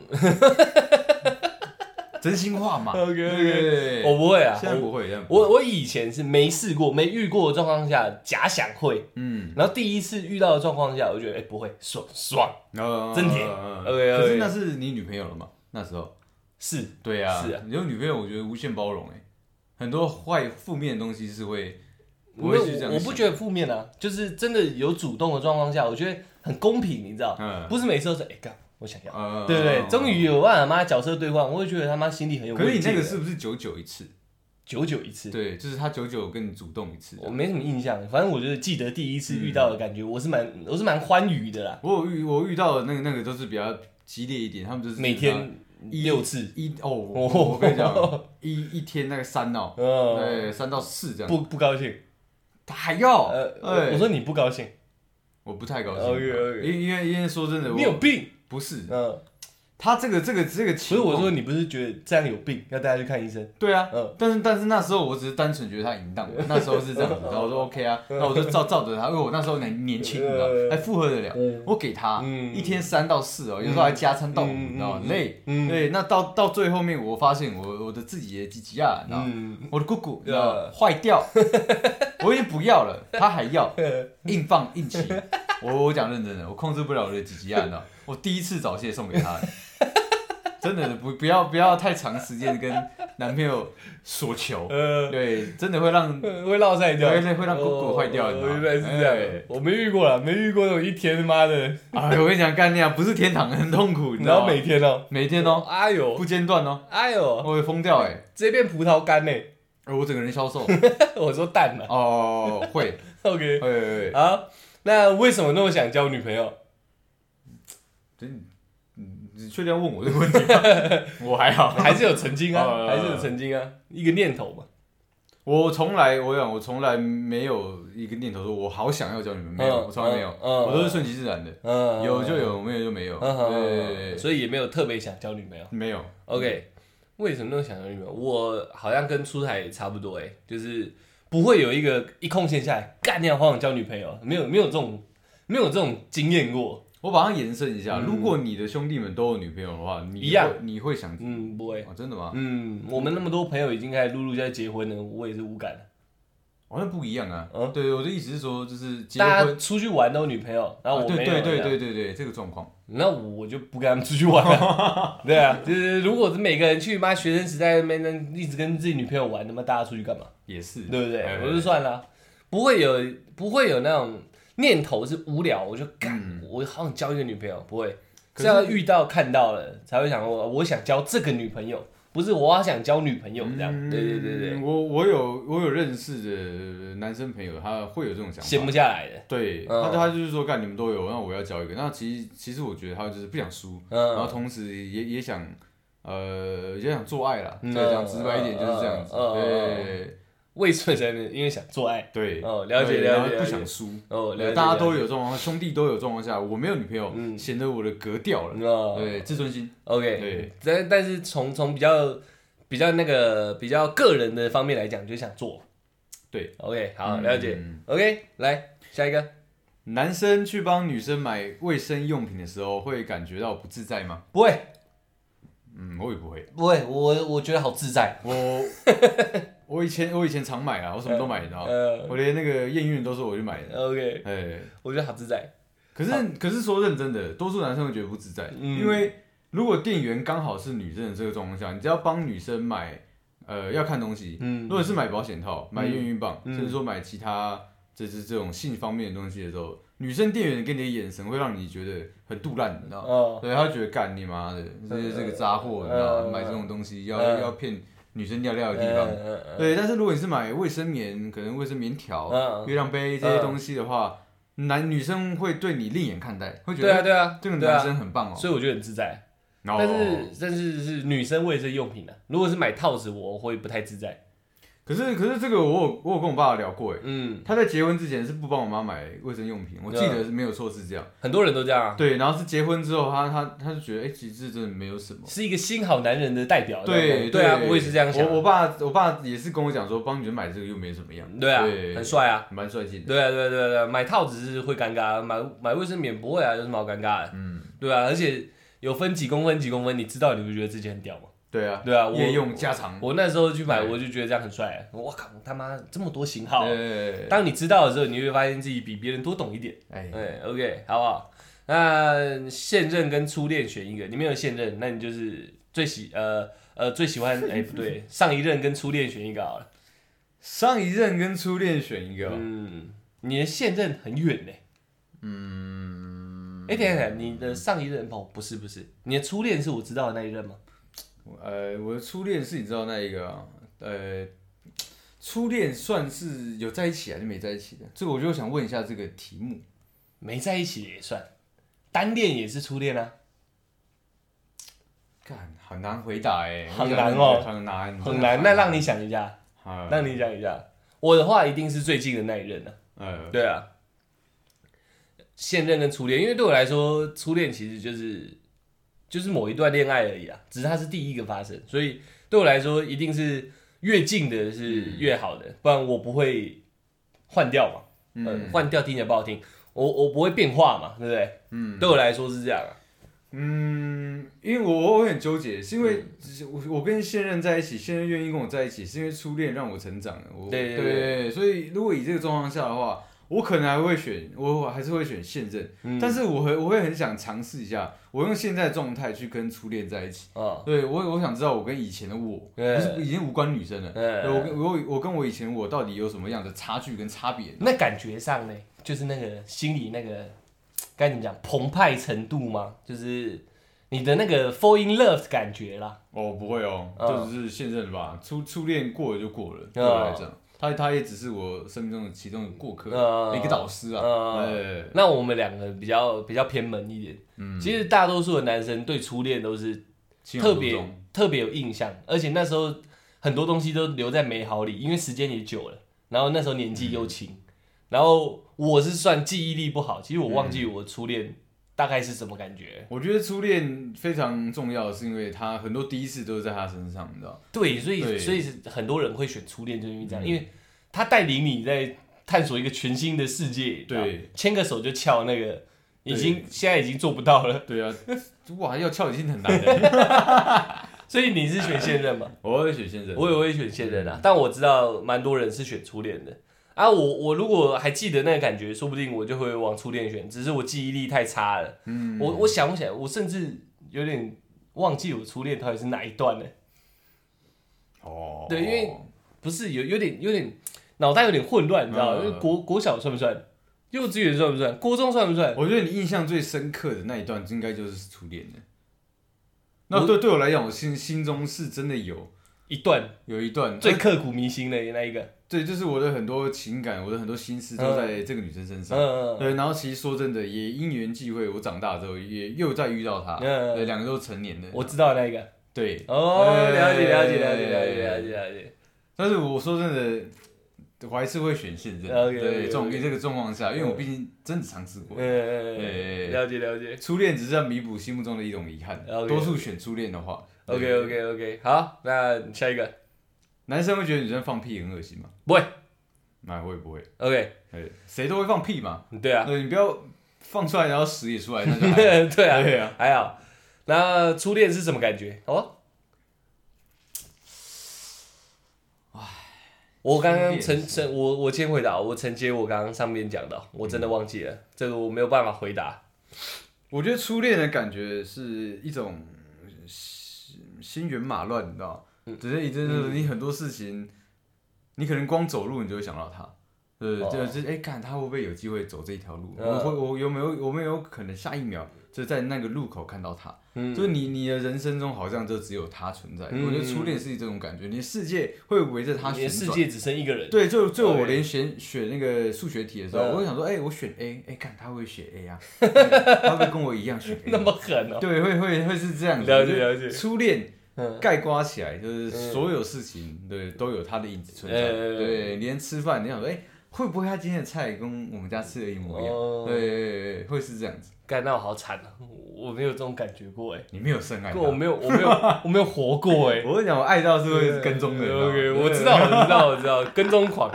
真心话嘛。 OK，OK 对我不会啊，现在不会，现在不会我我以前是没试过、没遇过的状况下假想会，嗯，然后第一次遇到的状况下，我就觉得哎、不会爽爽呃真甜呃 OK，OK 可是那是你女朋友了嘛？那时候。是对啊，是啊你有女朋友，我觉得无限包容哎、很多坏负面的东西是会，没我会有去这样我我不得，觉得负面啊，就是真的有主动的状况下，我觉得很公平，你知道，嗯不是每次都是哎干、我想要，呃对不对？终于有办法妈角色兑换，我会觉得他妈心里很有可是慰你藉那的。个是不是九九一次？九九一次，对，就是他九九跟你主动一次。我没什么印象，反正我就是记得第一次遇到的感嗯觉，我是蛮我是蛮欢愉的啦，我有遇我遇到的那个那个都是比较激烈一点，他们就是每天一六次，一哦，我我跟你讲， 一一天那个三哦，嗯，对，三到四这样，不不高兴，他还要，呃，哎我说你不高兴，我不太高兴， OK，OK 因因为因为说真的，你有我病，不是嗯，他这个这个这所个情以况，我说你不是觉得这样有病，要带他去看医生，对啊，嗯，但是但是那时候我只是单纯觉得他淫 荡，那时候是这样嗯子，然后我说 OK 啊，那我就照照着他，因为我那时候年年轻，你知道吗，还负荷得了，我给他嗯一天三到四哦，有时候还加餐到五，嗯你知道吗嗯？嗯累，嗯对，那到到最后面，我发现我我的自己的鸡鸡啊，你知道吗，嗯，我的姑姑，你知道吗嗯坏掉， 我已经不要了，他还要硬放 硬骑，我我讲认真的，我控制不了我的鸡鸡啊，你知道吗， 我第一次早泄送给他的。真的不不要不要太长时间跟男朋友所求，呃， 对，真的会让会落晒掉，对对会让 Google 坏掉你知道哦吗原来是这样哎，我没遇过啦，没遇过那种一天妈的，啊，我跟你讲，干你啊，不是天堂，很痛苦，你知然道后吗？每天哦，每天哦，哎呦不，间断哦，哎呦，我会疯掉哎，直接变葡萄干呢， 哎我整个人消瘦我说蛋了哦，会， ，OK，会会 会，好，那为什么那么想交女朋 友？真，你你确定要问我这个问题吗？ 我还好，还是有曾经啊，哦还是有曾经啊，一个念头嘛，我从来，我讲，我从来没有一个念头说我好想要交女朋友，没有，嗯我从来没有，嗯嗯我都是顺其自然的，嗯，有就有，没有就没有，嗯，嗯嗯对对对嗯对，所以也没有特别想交女朋友。没有， OK，为什么那么想交女朋友？我好像跟出海也差不多哎、就是不会有一个一空闲下来，干掉好想交女朋友，啊没有没有这种没有这种经验过，我把它延伸一下，嗯如果你的兄弟们都有女朋友的话，你一样会你会想，嗯，不会，哦，真的吗？嗯，我们那么多朋友已经开始陆陆续续结婚了，我也是无感了。好像不一样啊嗯。对，我的意思是说，就是结大家婚，出去玩都有女朋友，然后啊我没对有、对对对，对对，这个状况，那我就不跟他们出去玩了。 对啊，就是如果是每个人去妈学生时代那边那一直跟自己女朋友玩，那么大家出去干嘛？也是，对不对？哎我就算了啊，不会有不会有那种念头是无聊，我就干，我好想交一个女朋友，不会，嗯是可是要遇到看到了才会想我我想交这个女朋友，不是我好想交女朋友这样，对对对对，嗯我我有我有认识的男生朋友，他会有这种想闲法不。下来的，对，嗯他他就是说，干你们都有，那我要交一个。那其实其实我觉得他就是不想输，然后嗯，同时也也想呃也想做爱啦。嗯对，讲直白一点就是这样子。嗯嗯嗯为什么呢？因为想做爱，对对，哦了解对了解然后了解不想输。哦，了解大家都了有状况，兄弟都有状况下，我没有女朋友，嗯显得我的格调了。解哦对，自尊心。 ，OK，对，但但是从从比较比较那个比较个人的方面来讲，就想做，对，OK，好，了解嗯，OK，来下一个。男生去帮女生买卫生用品的时候，会感觉到不自在吗？不会，嗯，我也不会。不会，我我觉得好自在。 我我以前我以前常买啊，我什么都买，你知道吗？呃我连那个验孕都是我去买的。 ，OK，哎，我觉得好自在。可是可是说认真的，多数男生会觉得不自在，嗯因为如果店员刚好是女生的这个状况下，你只要帮女生买，呃，要看东西，嗯如果是买保险套、买验孕棒，嗯甚至说买其他就是这种性方面的东西的时候，女生店员给你的眼神会让你觉得很肚烂，你知道吗？哦，呃对，她觉得干你妈的，这是这个杂货，你知道吗？买这种东西要嗯要骗女生尿尿的地方。嗯嗯对，但是如果你是买卫生棉，可能卫生棉条、嗯，月亮杯这些东西的话，男女生会对你另眼看待，会觉对啊得对啊，这个对男啊，生哦很棒哦。所以我觉得很自在。然后但是但是是女生卫生用品的，如果是买套子，我会不太自在。可是可是这个我有我有跟我爸聊过，哎，嗯，他在结婚之前是不帮我妈买卫生用啊品，我记得是没有错是这样。很多人都这样啊，对，然后是结婚之后，他他他就觉得，哎、其实真的没有什么。是一个新好男人的代表。对对啊，我也是这样想我。我爸我爸也是跟我讲说，帮女生买这个又没怎么样，对啊，对很帅啊。蛮帅气的。对啊，对啊，对啊，对啊，买套子是会尴尬，买买卫生棉不会啊，有什么好尴尬的？嗯，对啊，而且有分几公分几公分，你知道你不觉得自己很屌吗？对啊，对啊，我夜用加长。我那时候去买，对我就觉得这样很帅、我靠，他妈这么多型号！啊对，当你知道的时候，你会发现自己比别人多懂一点。哎，哎，OK，好不好？那现任跟初恋选一个，你没有现任，那你就是最喜呃呃最喜欢哎不对，上一任跟初恋选一个好啊了。上一任跟初恋选一个哦，嗯，你的现任很远呢、嗯，哎、等一下等一下，你的上一任哦不是不是，你的初恋是我知道的那一任吗？呃，我的初恋是你知道那一个啊，呃，初恋算是有在一起还是没在一起的？这个我就想问一下这个题目，没在一起也算，单恋也是初恋啊。干，很难回答哎，很难哦很难，很难，那让你想一下，那让你想一下。我的话一定是最近的那一任了、呃，对啊，现任跟初恋，因为对我来说，初恋其实就是就是某一段恋爱而已啊，只是它是第一个发生，所以对我来说一定是越近的是越好的，不然我不会换掉嘛。嗯，换、掉听起来不好听，我我不会变化嘛，对不对？嗯，对我来说是这样啊。嗯，因为我我很纠结，是因为嗯我我跟现任在一起，现任愿意跟我在一起，是因为初恋让我成长了。我对对对所以如果以这个状况下的话，我可能还会选，我我还是会选现任，嗯但是我会我会很想尝试一下，我用现在状态去跟初恋在一起。啊，对我，我想知道我跟以前的我，对就是已经无关女生了。对对我跟我我跟我以前我到底有什么样的差距跟差别？那感觉上呢，就是那个心里那个该怎么讲澎湃程度吗？就是你的那个 fall in love 的感觉啦。哦，不会哦，嗯就是现任吧，初初恋过了就过了，对嗯我来讲，他他也只是我生命中的其中的过客，嗯一个导师啊。嗯对那我们两个比较比较偏门一点，嗯，其实大多数的男生对初恋都是情有特独别钟特别有印象，而且那时候很多东西都留在美好里，因为时间也久了，然后那时候年纪又嗯轻，然后我是算记忆力不好，其实我忘嗯记我初恋大概是什么感觉。我觉得初恋非常重要，是因为他很多第一次都是在他身上，你知道？对，所对嗯以所以是很多人会选初恋，就是因为这样，因为他带领你在探索一个全新的世界，对，牵个手就翘那个，已对经现在已经做不到了，对啊， 哇，要翘已经很难了。所以你是选现任嘛？ 我会选现任，我也会选现任啊，但我知道蛮多人是选初恋的啊。我我如果还记得那个感觉，说不定我就会往初恋选，只是我记忆力太差了。嗯，我我想不起来，我甚至有点忘记我初恋到底是哪一段了。哦，对因为不是有有点有点脑袋有点混乱，你知道吗？嗯因为国国小算不算？幼稚园算不算？国中算不 算？我觉得你印象最深刻的那一段，应该就是初恋的。我那对对我来讲，我心心中是真的有一段有一段最呃刻骨铭心的那 一个，对，就是我的很多情感，我的很多心思都在这个女生身上。嗯，对，然后其实说真的，也因缘际会，我长大之后也又再遇到她，嗯对，两个都成年了。我知道那一个。对，哦，哎了解了解了解了解了解了解。但是我说真的，我还是会选现任。 OK，OK，对，这种 OK 这个状况下，因为我毕竟真的尝试过。嗯，了解了解。初恋只是要弥补心目中的一种遗憾。 OK 多数选初恋的话 OK 对 OK OK，好，那下一个男生会觉得女生放屁很恶心吗？不会那会不会？ OK，哎，谁都会放屁嘛。对啊， 对，你不要放出来，然后屎也出来，那就还好对啊，对啊，还好。那初恋是什么感觉？哦好吧。我刚刚初恋承承我我先回答，我承接我刚刚上面讲的，我真的忘记了，这个我没有办法回答。我觉得初恋的感觉是一种呃心心猿马乱，你知道嗯吗？只是一阵子，你很多事情，你可能光走路你就会想到他，对，哦就是哎，看他会不会有机会走这一条路，嗯我会我有没有有没有可能下一秒就在那个路口看到他？嗯就是你你的人生中好像就只有他存在。嗯我觉得初恋是这种感觉，你的世界会围着他你旋的世转。界只剩一个人，对，就就我 OK 连选选那个数学题的时候，嗯我会想说，哎、我选 A，哎、看他会选 A 啊，他会不会跟我 一样选 A？那么狠哦、对，会会会是这样子。了解就是了解初恋嗯，盖刮起来，就是所有事情，对，都有它的影子存在。呃对，连吃饭，你想说，哎，会不会他今天的菜跟我们家吃的一模一哦样？对对，对对会是这样子。干那我好惨啊，我没有这种感觉过哎、你没有深爱欸，他。我没有我没有我没有活过哎、我跟你讲，我爱到是会跟踪的。你知道吗 OK，对我知道，我知道，我知道，跟踪狂。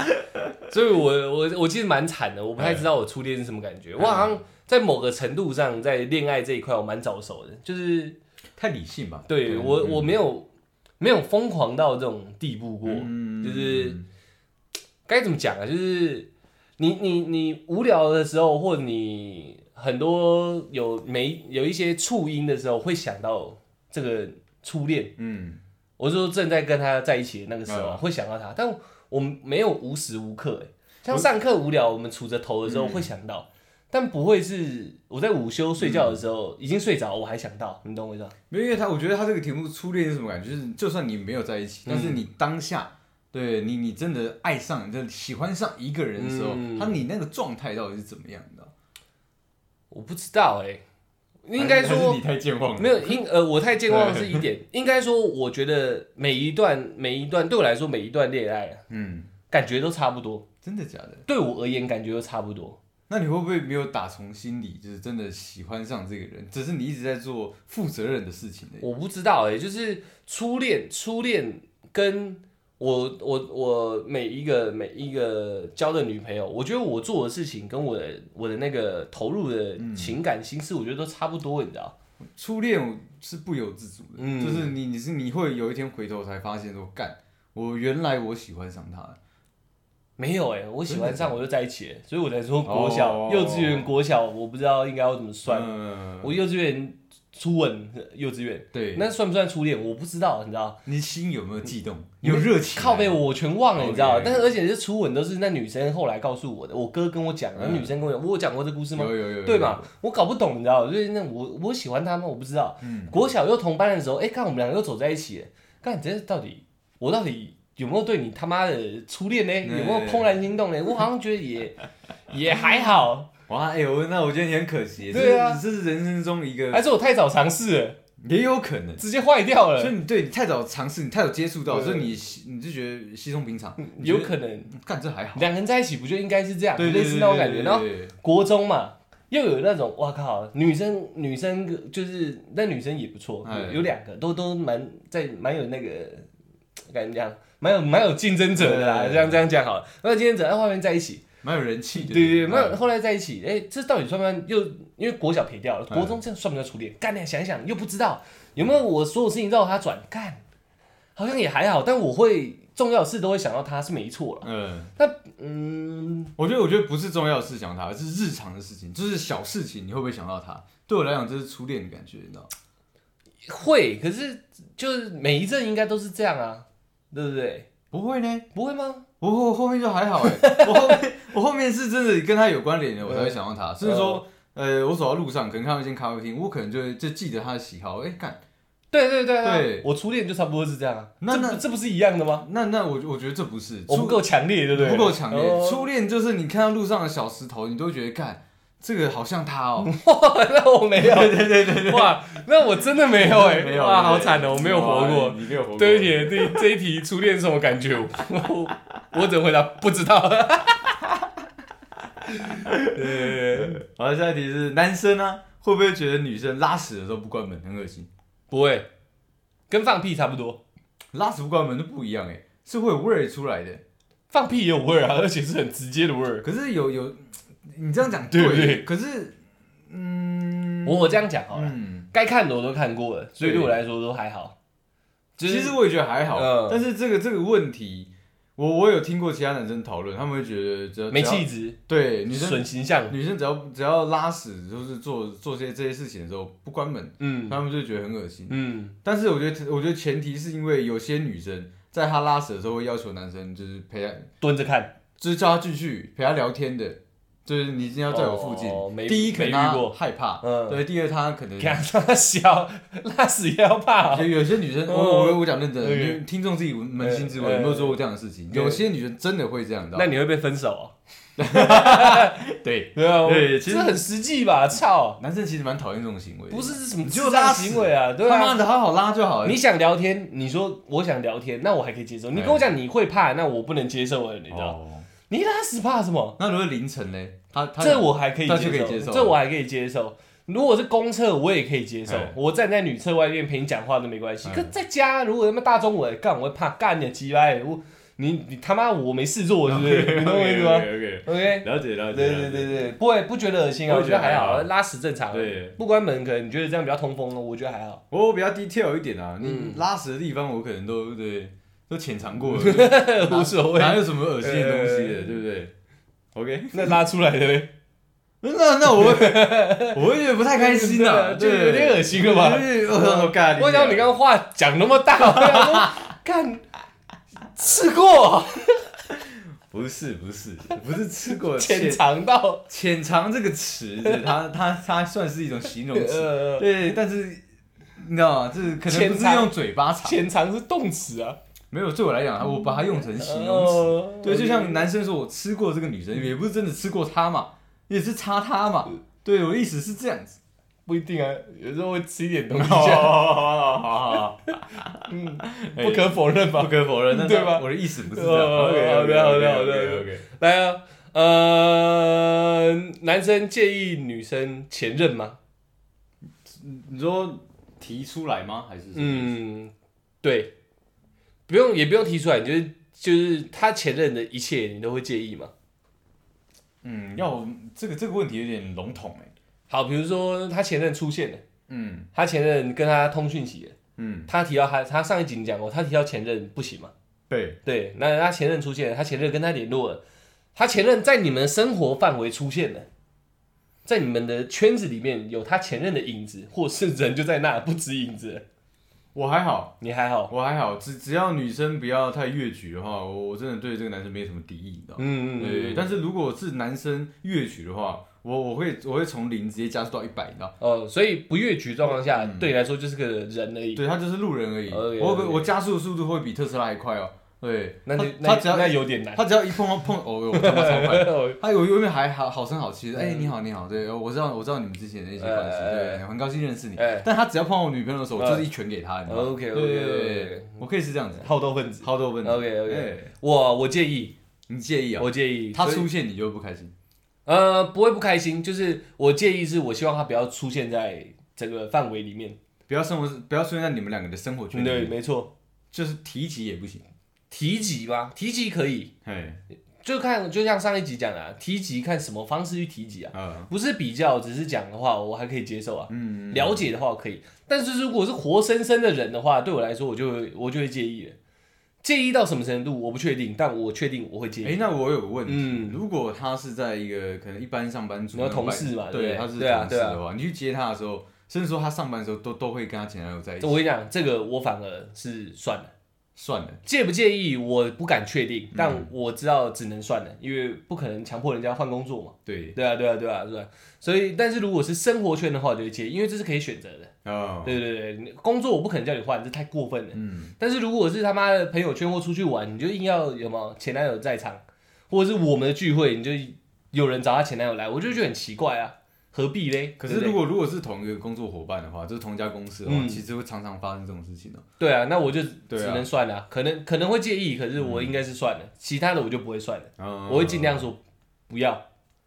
所以我我我其实蛮惨的，我不哎太知道我初恋是什么感觉。我好像在某个程度上，在恋爱这一块我蛮早熟的，就是太理性吧？对嗯我我没有没有疯狂到这种地步过，嗯就是该怎么讲啊？就是你你你无聊的时候，或者你很多有没有一些触音的时候，会想到这个初恋。嗯，我是说正在跟他在一起的那个时候啊、嗯会想到他，但我们没有无时无刻、欸，像上课无聊，我们杵着头的时候会想到，但不会是我在午休睡觉的时候、已经睡着，我还想到，你懂我意思吗？没有，因为他我觉得他这个题目初恋是什么感觉？就是就算你没有在一起，但嗯是你当下。对你，你真的爱上，你真的喜欢上一个人的时候，嗯他你那个状态到底是怎么样的？我不知道哎、欸应该还是说你嗯太健忘了。没有，应呃，我太健忘了是一点，应该说我觉得每一段每一段对我来说每一段恋爱啊嗯，感觉都差不多，真的假的？对我而言感觉都差不多，那你会不会没有打从心里就是真的喜欢上这个人？只是你一直在做负责任的事情而已。我不知道哎、就是初恋，初恋跟我我我每一个每一个交的女朋友，我觉得我做的事情跟我的我的那个投入的嗯情感心思，我觉得都差不多，你知道？初恋是不由自主的，嗯就是你你是你会有一天回头才发现说，干，我原来我喜欢上他了。没有哎、我喜欢上我就在一起了，所以我才说国小、哦幼稚园、国小，我不知道应该要怎么算。嗯我幼稚园初吻，呃幼稚园对，那算不算初恋？我不知道，你知道？你心有没有悸动？有热情啊？靠背我全忘了， OK，你知道？ OK 但是而且是初吻都是那女生后来告诉我的，我哥跟我讲，那嗯女生跟我讲，我有讲过这故事吗有？有有有，对嘛？我搞不懂，你知道？就是那我我喜欢他吗？我不知道。嗯国小又同班的时候，哎、看我们两个又走在一起了，看这到底我到底有没有对你他妈的初恋呢？嗯有没有怦然心动呢？我好像觉得 也也还好，哇，哎、我那我觉得你很可惜，对啊哎这是这是人生中一个还是我太早尝试了，也有可能，直接坏掉所了，以你对你太早尝试，你太早接触到，对所以你稀你就觉得稀松平常，你觉有得可能干这还好，两个人在一起不就应该是这样，对类似那种感觉，然后。对国中嘛，又有那种哇靠，女生女生就是那女生也不错哎，有两个都都蛮在蛮有那个感觉，蛮有蛮有竞争者的啦。对这样这样讲好了，那竞争者在后面在一起，蛮有人气的，对对对，蛮那后来在一起，哎，这到底算不算又因为国小撇掉了，哎国中这样算不算初恋？干，你想一想又不知道有没有我所有事情绕他转，干好像也还好，但我会重要的事都会想到他是没错了。嗯，嗯，我觉得我觉得不是重要的事想到他，而是日常的事情，就是小事情，你会不会想到他？对我来讲，这是初恋的感觉，你知道？会，可是就是每一阵应该都是这样啊，对不对？不会呢，不会吗？我我后面就还好哎、欸，我后面我后面是真的跟他有关联的，我才嗯会想到他。甚至说，呃，我走到路上，可能看到一间咖啡厅，我可能就会就记得他的喜好。哎、看，对对对对我初恋就差不多是这样啊。那这不那这不是一样的吗？那那我我觉得这不是我不初够强烈，对不对？不够强烈。哦 初恋就是你看到路上的小石头，你都会觉得干这个好像他哦、那我没 有。对对对对哇，那我真的没有哎、没有哇，对好惨哦，我没有活哇过。你没有活过。对不起，这这一题初恋是什么感觉？我 我我只能回答不知道。 对对对对，好，下一题是男生啊，会不会觉得女生拉屎的时候不关门很恶心？不会，跟放屁差不多。拉屎不关门都不一样哎、是会有味儿出来的。放屁也有味儿啊，而且是很直接的味儿。可是有有，你这样讲对不对可是，嗯，我我这样讲好了，嗯，该看的我都看过了，所以对我来说都还好。就是其实我也觉得还好，嗯但是这个这个问题，我我有听过其他男生讨论，他们会觉得只要没，只气要质，对女生损形象，女生只要只要拉屎，就是做做些这些事情的时候不关门，嗯他们就觉得很恶心。嗯，但是我觉得我觉得前提是因为有些女生在她拉屎的时候会要求男生就是陪她，蹲着看，就是叫她进去陪她聊天的，就是你一定要在我附近。哦没第一可没能遇她过，害怕，嗯对，第二她可能看他小，拉屎也要怕哦，有有些女生，哦我我我讲认真的，对因为听众自己扪心自问，哎有没有做过这样的事情？对有些女生真的会这样，的。那你会被分手哦？对，对啊对我其实这很实际吧？操，男生其实蛮讨厌这种行为的，不是是什么你智就障拉屎行为啊？对他妈啊，的好好拉就好了。你想聊天，你说我想聊天，那我还可以接受。你哎跟我讲你会怕，那我不能接受了，你知道？哦，你拉屎怕什么？那如果凌晨呢？他他这我还可以他就可以接接受受，这我还可以接受。如果是公厕，我也可以接受哎，我站在女厕外面陪你讲话都没关系哎。可在家，如果他妈大中午的干，我会怕干你鸡巴，我你你他妈我没事做是不 是？你懂我意思吗？OK， ？OK，了解了对对对对，不会不觉得恶心啊，不我会觉觉得得还还好好，拉屎正常。对，不关门可能你觉得这样比较通风哦，我觉得还 好。我比较 detail 一点啊，你嗯拉屎的地方我可能都对都潜藏过了，无所谓，哪有什么恶心的东西的，哎对不对？OK，那拉出来的嘞，那那我会 我会觉得不太开心啊，对 对，有点恶心了吧对我干，我想你刚刚话讲那么 大，我想说干吃过哦不是不是 不是吃 过浅潜尝到。潜藏这个词，对它 它它算是一种形容词，呃，对，但是你知道吗？这可能不潜是藏用嘴巴查，潜藏是动词啊，没有对我来讲，我把它用成形容词，呃对，就像男生说我吃过这个女生，也不是真的吃过她嘛，也是擦她呃嘛，对，我的意思是这 样子。不一定啊，有时候会吃一点东西，啊好好好好，嗯，哎不可否认吧？不可否认，但是对吧我的意思不是这样。哦 OK，OK，OK，OK，OK 好的好的好的 OK，OK，OK 来啊，呃，男生介意女生前任吗？你说提出来吗？还是什么嗯，对，不用也不用提出来，你就是就是他前任的一切你都会介意吗？嗯，要我这个这个问题有点笼统哎。好，比如说他前任出现了，嗯他前任跟他通讯息了，嗯，他提到他他上一集你讲过，他提到前任不行嘛？对，对，那他前任出现了，他前任跟他联络了，他前任在你们的生活范围出现了，在你们的圈子里面有他前任的影子，或是人就在那，不止影子了。我还好，你还好？我还好，只只要女生不要太越矩的话，我我真的对这个男生没什么敌意，你知道吗？嗯对对，但是如果是男生越矩的话，我我会我会从零直接加速到一百，你知道吗？哦，所以不越局状况下，对你来说就是个人而已。对他就是路人而已， OK，OK 我我我加速的速度会比特斯拉还快哦。对，那就他他那只要那有点难。他只要一碰到碰，哦，我他妈超快。哦他有有点还好好声好气的，哎、嗯你好你好，对，我知道我知道你们之前的一些关系，哎哎哎对，很高兴认识你。哎但他只要碰到我女朋友的手，我哎就是一拳给他，你知道吗 OK，OK，OK 对对对对我可以是这样子，好斗分子。好多问题。 OK OK，哎 我我介意，你介意啊？我介意。他所以出现你就会不开心，呃不会不开心，就是我介意是我希望他不要出现在整个范围里面。不要生活，不要出现在你们两个的生活圈里对，面，没错。就是提起也不行。提及吗？提及可以，哎，就看就像上一集讲的、啊，提及看什么方式去提及啊，嗯不是比较，只是讲的话，我还可以接受啊。嗯，了解的话可以，但是如果是活生生的人的话，对我来说，我就会我就会介意了。介意到什么程度我不确定，但我确定我会介哎、意。那我有个问题、嗯如果他是在一个可能一般上班族，你说同事嘛对不对对，他是同事对啊的话，你去接他的时候，甚至说他上班的时候都都会跟他前男友在一这起，我跟你讲，这个我反而是算了，算了，介不介意我不敢确定，但我知道只能算了，因为不可能强迫人家换工作嘛。对，对啊，对啊，对啊，对啊。所以，但是如果是生活圈的话，我就会介意，因为这是可以选择的。哦，对对对，你工作我不可能叫你换，这太过分了。嗯，但是如果是他妈的朋友圈或出去玩，你就硬要有没有前男友在场，或者是我们的聚会，你就有人找他前男友来，我就觉得很奇怪啊，何必嘞？可对是不对如果如果是同一个工作伙伴的话，就是同一家公司的话，嗯其实会常常发生这种事情的、哦对啊，那我就对啊只能算了啊、可能可能会介意，可是我应该是算了，其他的我就不会算了，嗯我会尽。量说不要。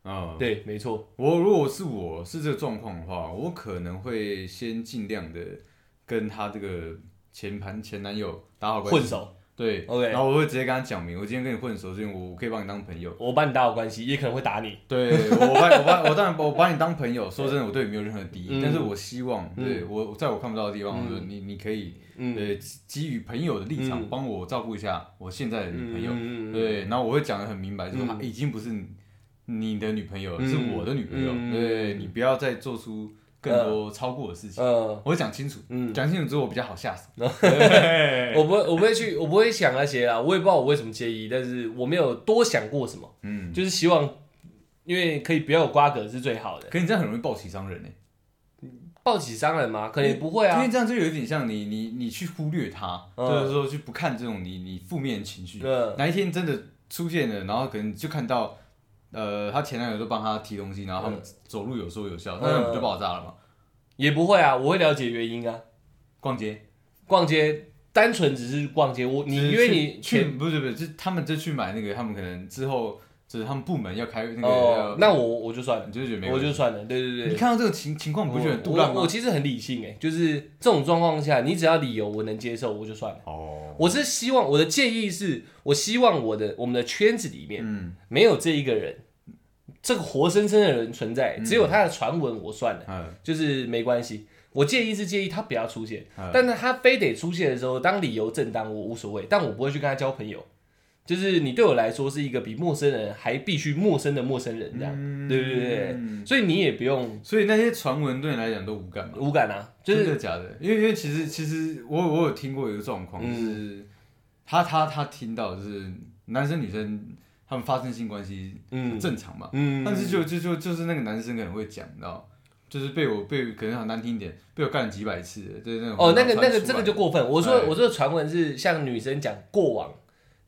嗯，对，没错，我如果是我是这个状况的话，我可能会先尽量的跟他这个前盘前男友打好关系混，熟，对 OK 然后我会直接跟他讲明，我今天跟你混熟，所以我可以帮你当 朋友。我帮你打好关系，也可能会打你。对我把我把我当然我 把你当朋友，说真的，我对你没有任何敌嗯意，但是我希望嗯对我在我看不到的地方，嗯我说你你可以嗯，呃基基于朋友的立嗯场帮我照顾一下我现在的女朋友，嗯，对，然后我会讲的很明白，就是嗯她已经不是你你的女朋友了，嗯是我的女朋嗯友，对你不要再做出更多超过我的事情，嗯我会讲清楚，嗯，讲清楚之后我比较好下手。我不会，我不会去，我不会想那些啦，我也不知道我为什么介意，但是我没有多想过什么。嗯，就是希望，因为可以不要有瓜葛是最好的。可你这样很容易暴起伤人呢，报喜伤人吗？可能也不会因啊为。这样就有点像你你你去忽略他，嗯就是说去不看这种你你负面情绪，嗯，哪一天真的出现了，然后可能就看到，呃，他前男友都帮他提东西，然后他们走路有说有笑，那嗯不就爆炸了吗？也不会啊，我会了解原因啊。逛街，逛街单纯只是逛街，我你就是因为你去前去不是不是，就是他们就去买那个，他们可能之后就是他们部门要开那个，哦呃，那我我就算了，你就觉得没我关系，就算了，对对你对。看到这个情情况，你不觉得很我杜浪我我吗？其实很理性哎、就是这种状况下，你只要理由我能接受，我就算了。哦，我是希望我的建议是，我希望我的我们的圈子里面嗯，没有这一个人，这个活生生的人存在，只有他的传闻我算了。嗯就是没关系。我建议是建议他不要出现，嗯但是他非得出现的时候，当理由正当，我无所谓，但我不会去跟他交朋友。就是你对我来说是一个比陌生人还必须陌生的陌生人，这样、对对对对，所以你也不用嗯所以那些传闻对你来讲都无感嘛？无感啊，就真是的假的？因为因为其实其实我我有听过一个状况，就是嗯他他他听到就是男生女生他们发生性关系嗯正常嘛，嗯，但是就就就就是那个男生可能会讲，你知道，就是被我被可能很难听一点，被我干了几百次的，就是那种哦，那个传那个出来这个就过分。我说哎我说的传闻是像女生讲过往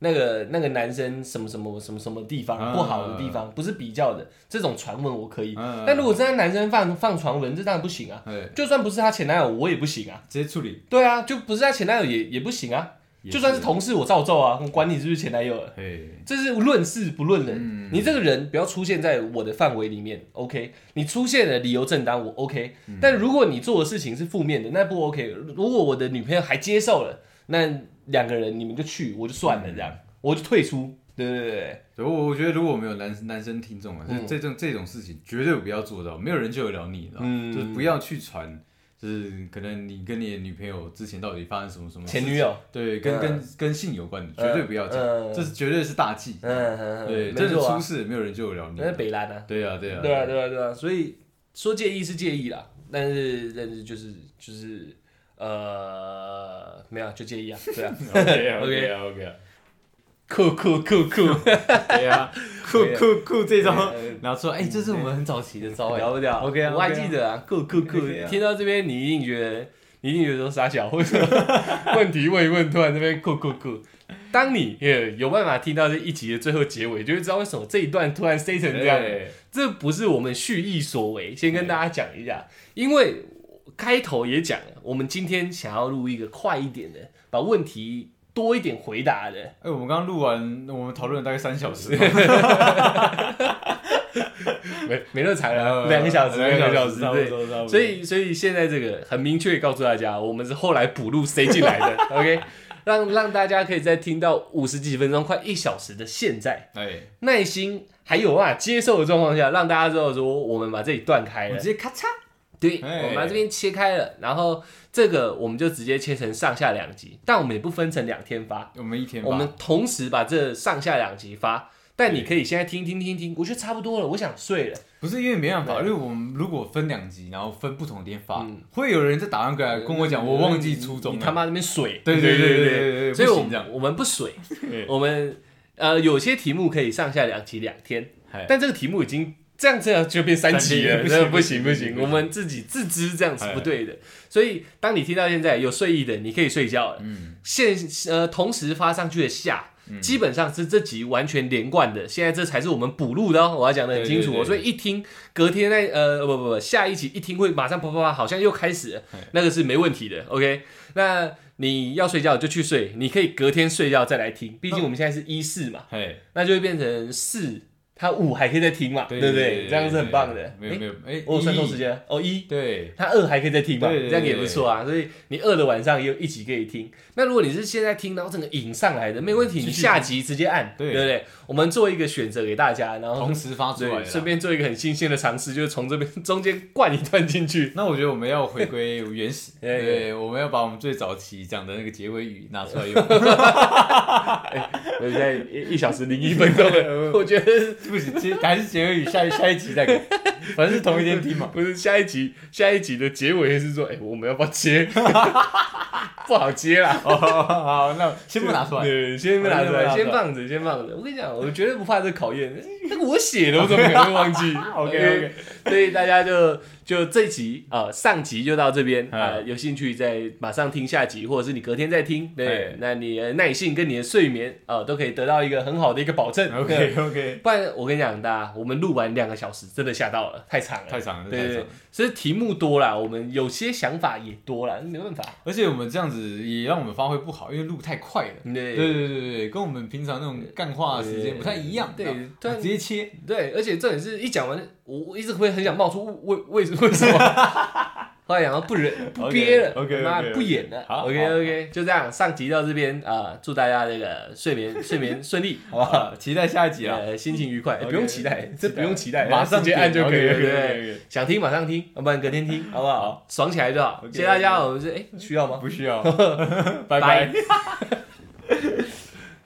那个那个男生什么什么什么什么地方嗯不好的地方，不是比较的这种传闻我可以，嗯但如果真的男生放放传闻，这当然不行啊。哎就算不是她前男友，我也不行啊。直接处理，对啊，就不是她前男友也也不行啊。也就算是同事，我照揍啊，我管你是不是前男友了。嘿这是论事不论人，嗯你这个人不要出现在我的范围里面，OK？你出现了理由正当，我 OK。但嗯如果你做的事情是负面的，那不 OK。如果我的女朋友还接受了，那两个人你们就去，我就算嗯了，这样、我就退出。对对对对，对我我觉得如果我们有男男生听众啊，就嗯这种这种事情绝对不要做到，没有人救得了你，你知道吗，嗯就是不要去传就是可能你跟你的女朋友之前到底发生什么什么事前女友，对，跟、嗯跟跟性有关的，嗯绝对不要讲，嗯这是绝对是大忌。嗯嗯，对，嗯真的没错啊出事没有人救得了你那。是北兰啊，对啊，对啊，对 啊，对啊，对啊，所以说介意是介意啦，但是但是就是就是呃，没有啊就介 意啊，对啊 OK 啊 OK 啊酷酷酷酷， 对啊，酷酷酷这招呃，然后说哎，这是我们很早期的 招哎聊，不聊 OK 啊我还 OK 啊记得嗯啊，酷酷酷 OK 啊，听到这边你一定觉得。你一定觉得说傻小，或者问题问一问，突然这边酷酷酷。当你也有办法听到这一集的最后结尾，就会知道为什么这一段突然塞成这样。对这不是我们蓄意所为，先跟大家讲一下，因为开头也讲了，我们今天想要录一个快一点的，把问题多一点回答的，哎，我们刚刚录完，我们讨论了大概三小时， 没没那么长啊，两两个小时，两两个个小小时，时，差不对。多，差不多。所以，所以现在这个很明确地告诉大家，我们是后来补录塞进来的 ，OK，让让大家可以在听到五十几分钟、快一小时的现在，哎，耐心还有办法接受的状况下，让大家知道说我们把这里断开我了直，接咔嚓，对，哎我们把这边切开了，然后这个我们就直接切成上下两集，但我们也不分成两天发，我们一天吧，我们同时把这上下两集发。但你可以现在听听听听，我觉得差不多了，我想睡了。不是因为没办法，因对为我们如果分两集，然后分不同的点法嗯，会有人在打电话过来跟我讲，我忘记初衷你了。他妈那边水，对对对对对对对所以不我行这们样我们不水对，我们呃有些题目可以上下两集两天嗨，但这个题目已经这样这样就变哎三集了，三集了这不不行行不不行行，哎不行我们自己自知这样是嗨不对的。所以当你听到现在有睡意的，你可以睡觉了。嗯，现呃同时发上去的下，基本上是这集完全连贯的。现在这才是我们补录的、哦，我要讲的很清楚、对对哦。对所以一听隔天那呃不不不下一集一听会马上啪啪啪，好像又开始了嘿，那个是没问题的。OK，那你要睡觉就去睡，你可以隔天睡觉再来听，毕竟我们现在是一四嘛，嘿，那就会变成四，它五还可以再听嘛，对不对？这样是很棒的。没有诶没有，哎，我有算错一时间了哦一。对，他饿还可以再听嘛，对对对这样也不错啊。所以你饿的晚上也有一集可以听。那如果你是现在听，然后整个引上来的，没问题，继续你下集直接按，对对不对？我们做一个选择给大家，然后同时发出来对，顺了。便做一个很新鲜的尝试，就是从这边 中间灌一段进去。 那我觉得我们要 回归原始，对对对，我们要把我们最早期讲的那个结尾语拿出来用。 我现在一一小时零一分钟 了，我觉得不行，结还是结尾语，下一下一 集再给，反正是同一天听嘛。不是下一集，下一集的结尾是说，哎，我们要不要接？ 不好接啦。哦，好，那先不拿出来。对，先不拿出先不拿出来来，先放着，先放着。我跟你讲，我绝对不怕这考验，那个我写的，我怎么可能会忘 记 OK，OK 所以大家就就这集啊、呃上集就到这边啊、呃有兴趣再马上听下集，或者是你隔天再听。哎对，那你的耐性跟你的睡眠啊、呃都可以得到一个很好的一个保证。 OK OK，不然我跟你讲，大家我们录完两个小时，真的吓到了，太长了。太长了，对太对长对了。，所以题目多啦，我们有些想法也多啦，没办法。而且我们这样子也让我们发挥不好，因为录太快了。对对对对对对，跟我们平常那种干话时间不太一样。对你知道突吗然直接切。对，而且重点是一讲完，我我一直会很想冒出为为 为什么，后来想到不忍不 OK，憋了 OK，OK，妈 OK 不演了好，OK 好 OK，就这样，上集到这边啊、呃祝大家这个睡 眠睡眠顺利，好不好？好，期待下一集啊！呃，心情愉快，欸 OK，不用期待， 这不用期待，马上直接按就可以了，点对不 OK，OK，OK，OK 对？ 想听马上听，要不然隔天听，好不好？爽起来就好。 OK，OK 谢谢大家，我们是哎需要吗？不需要，拜拜拜。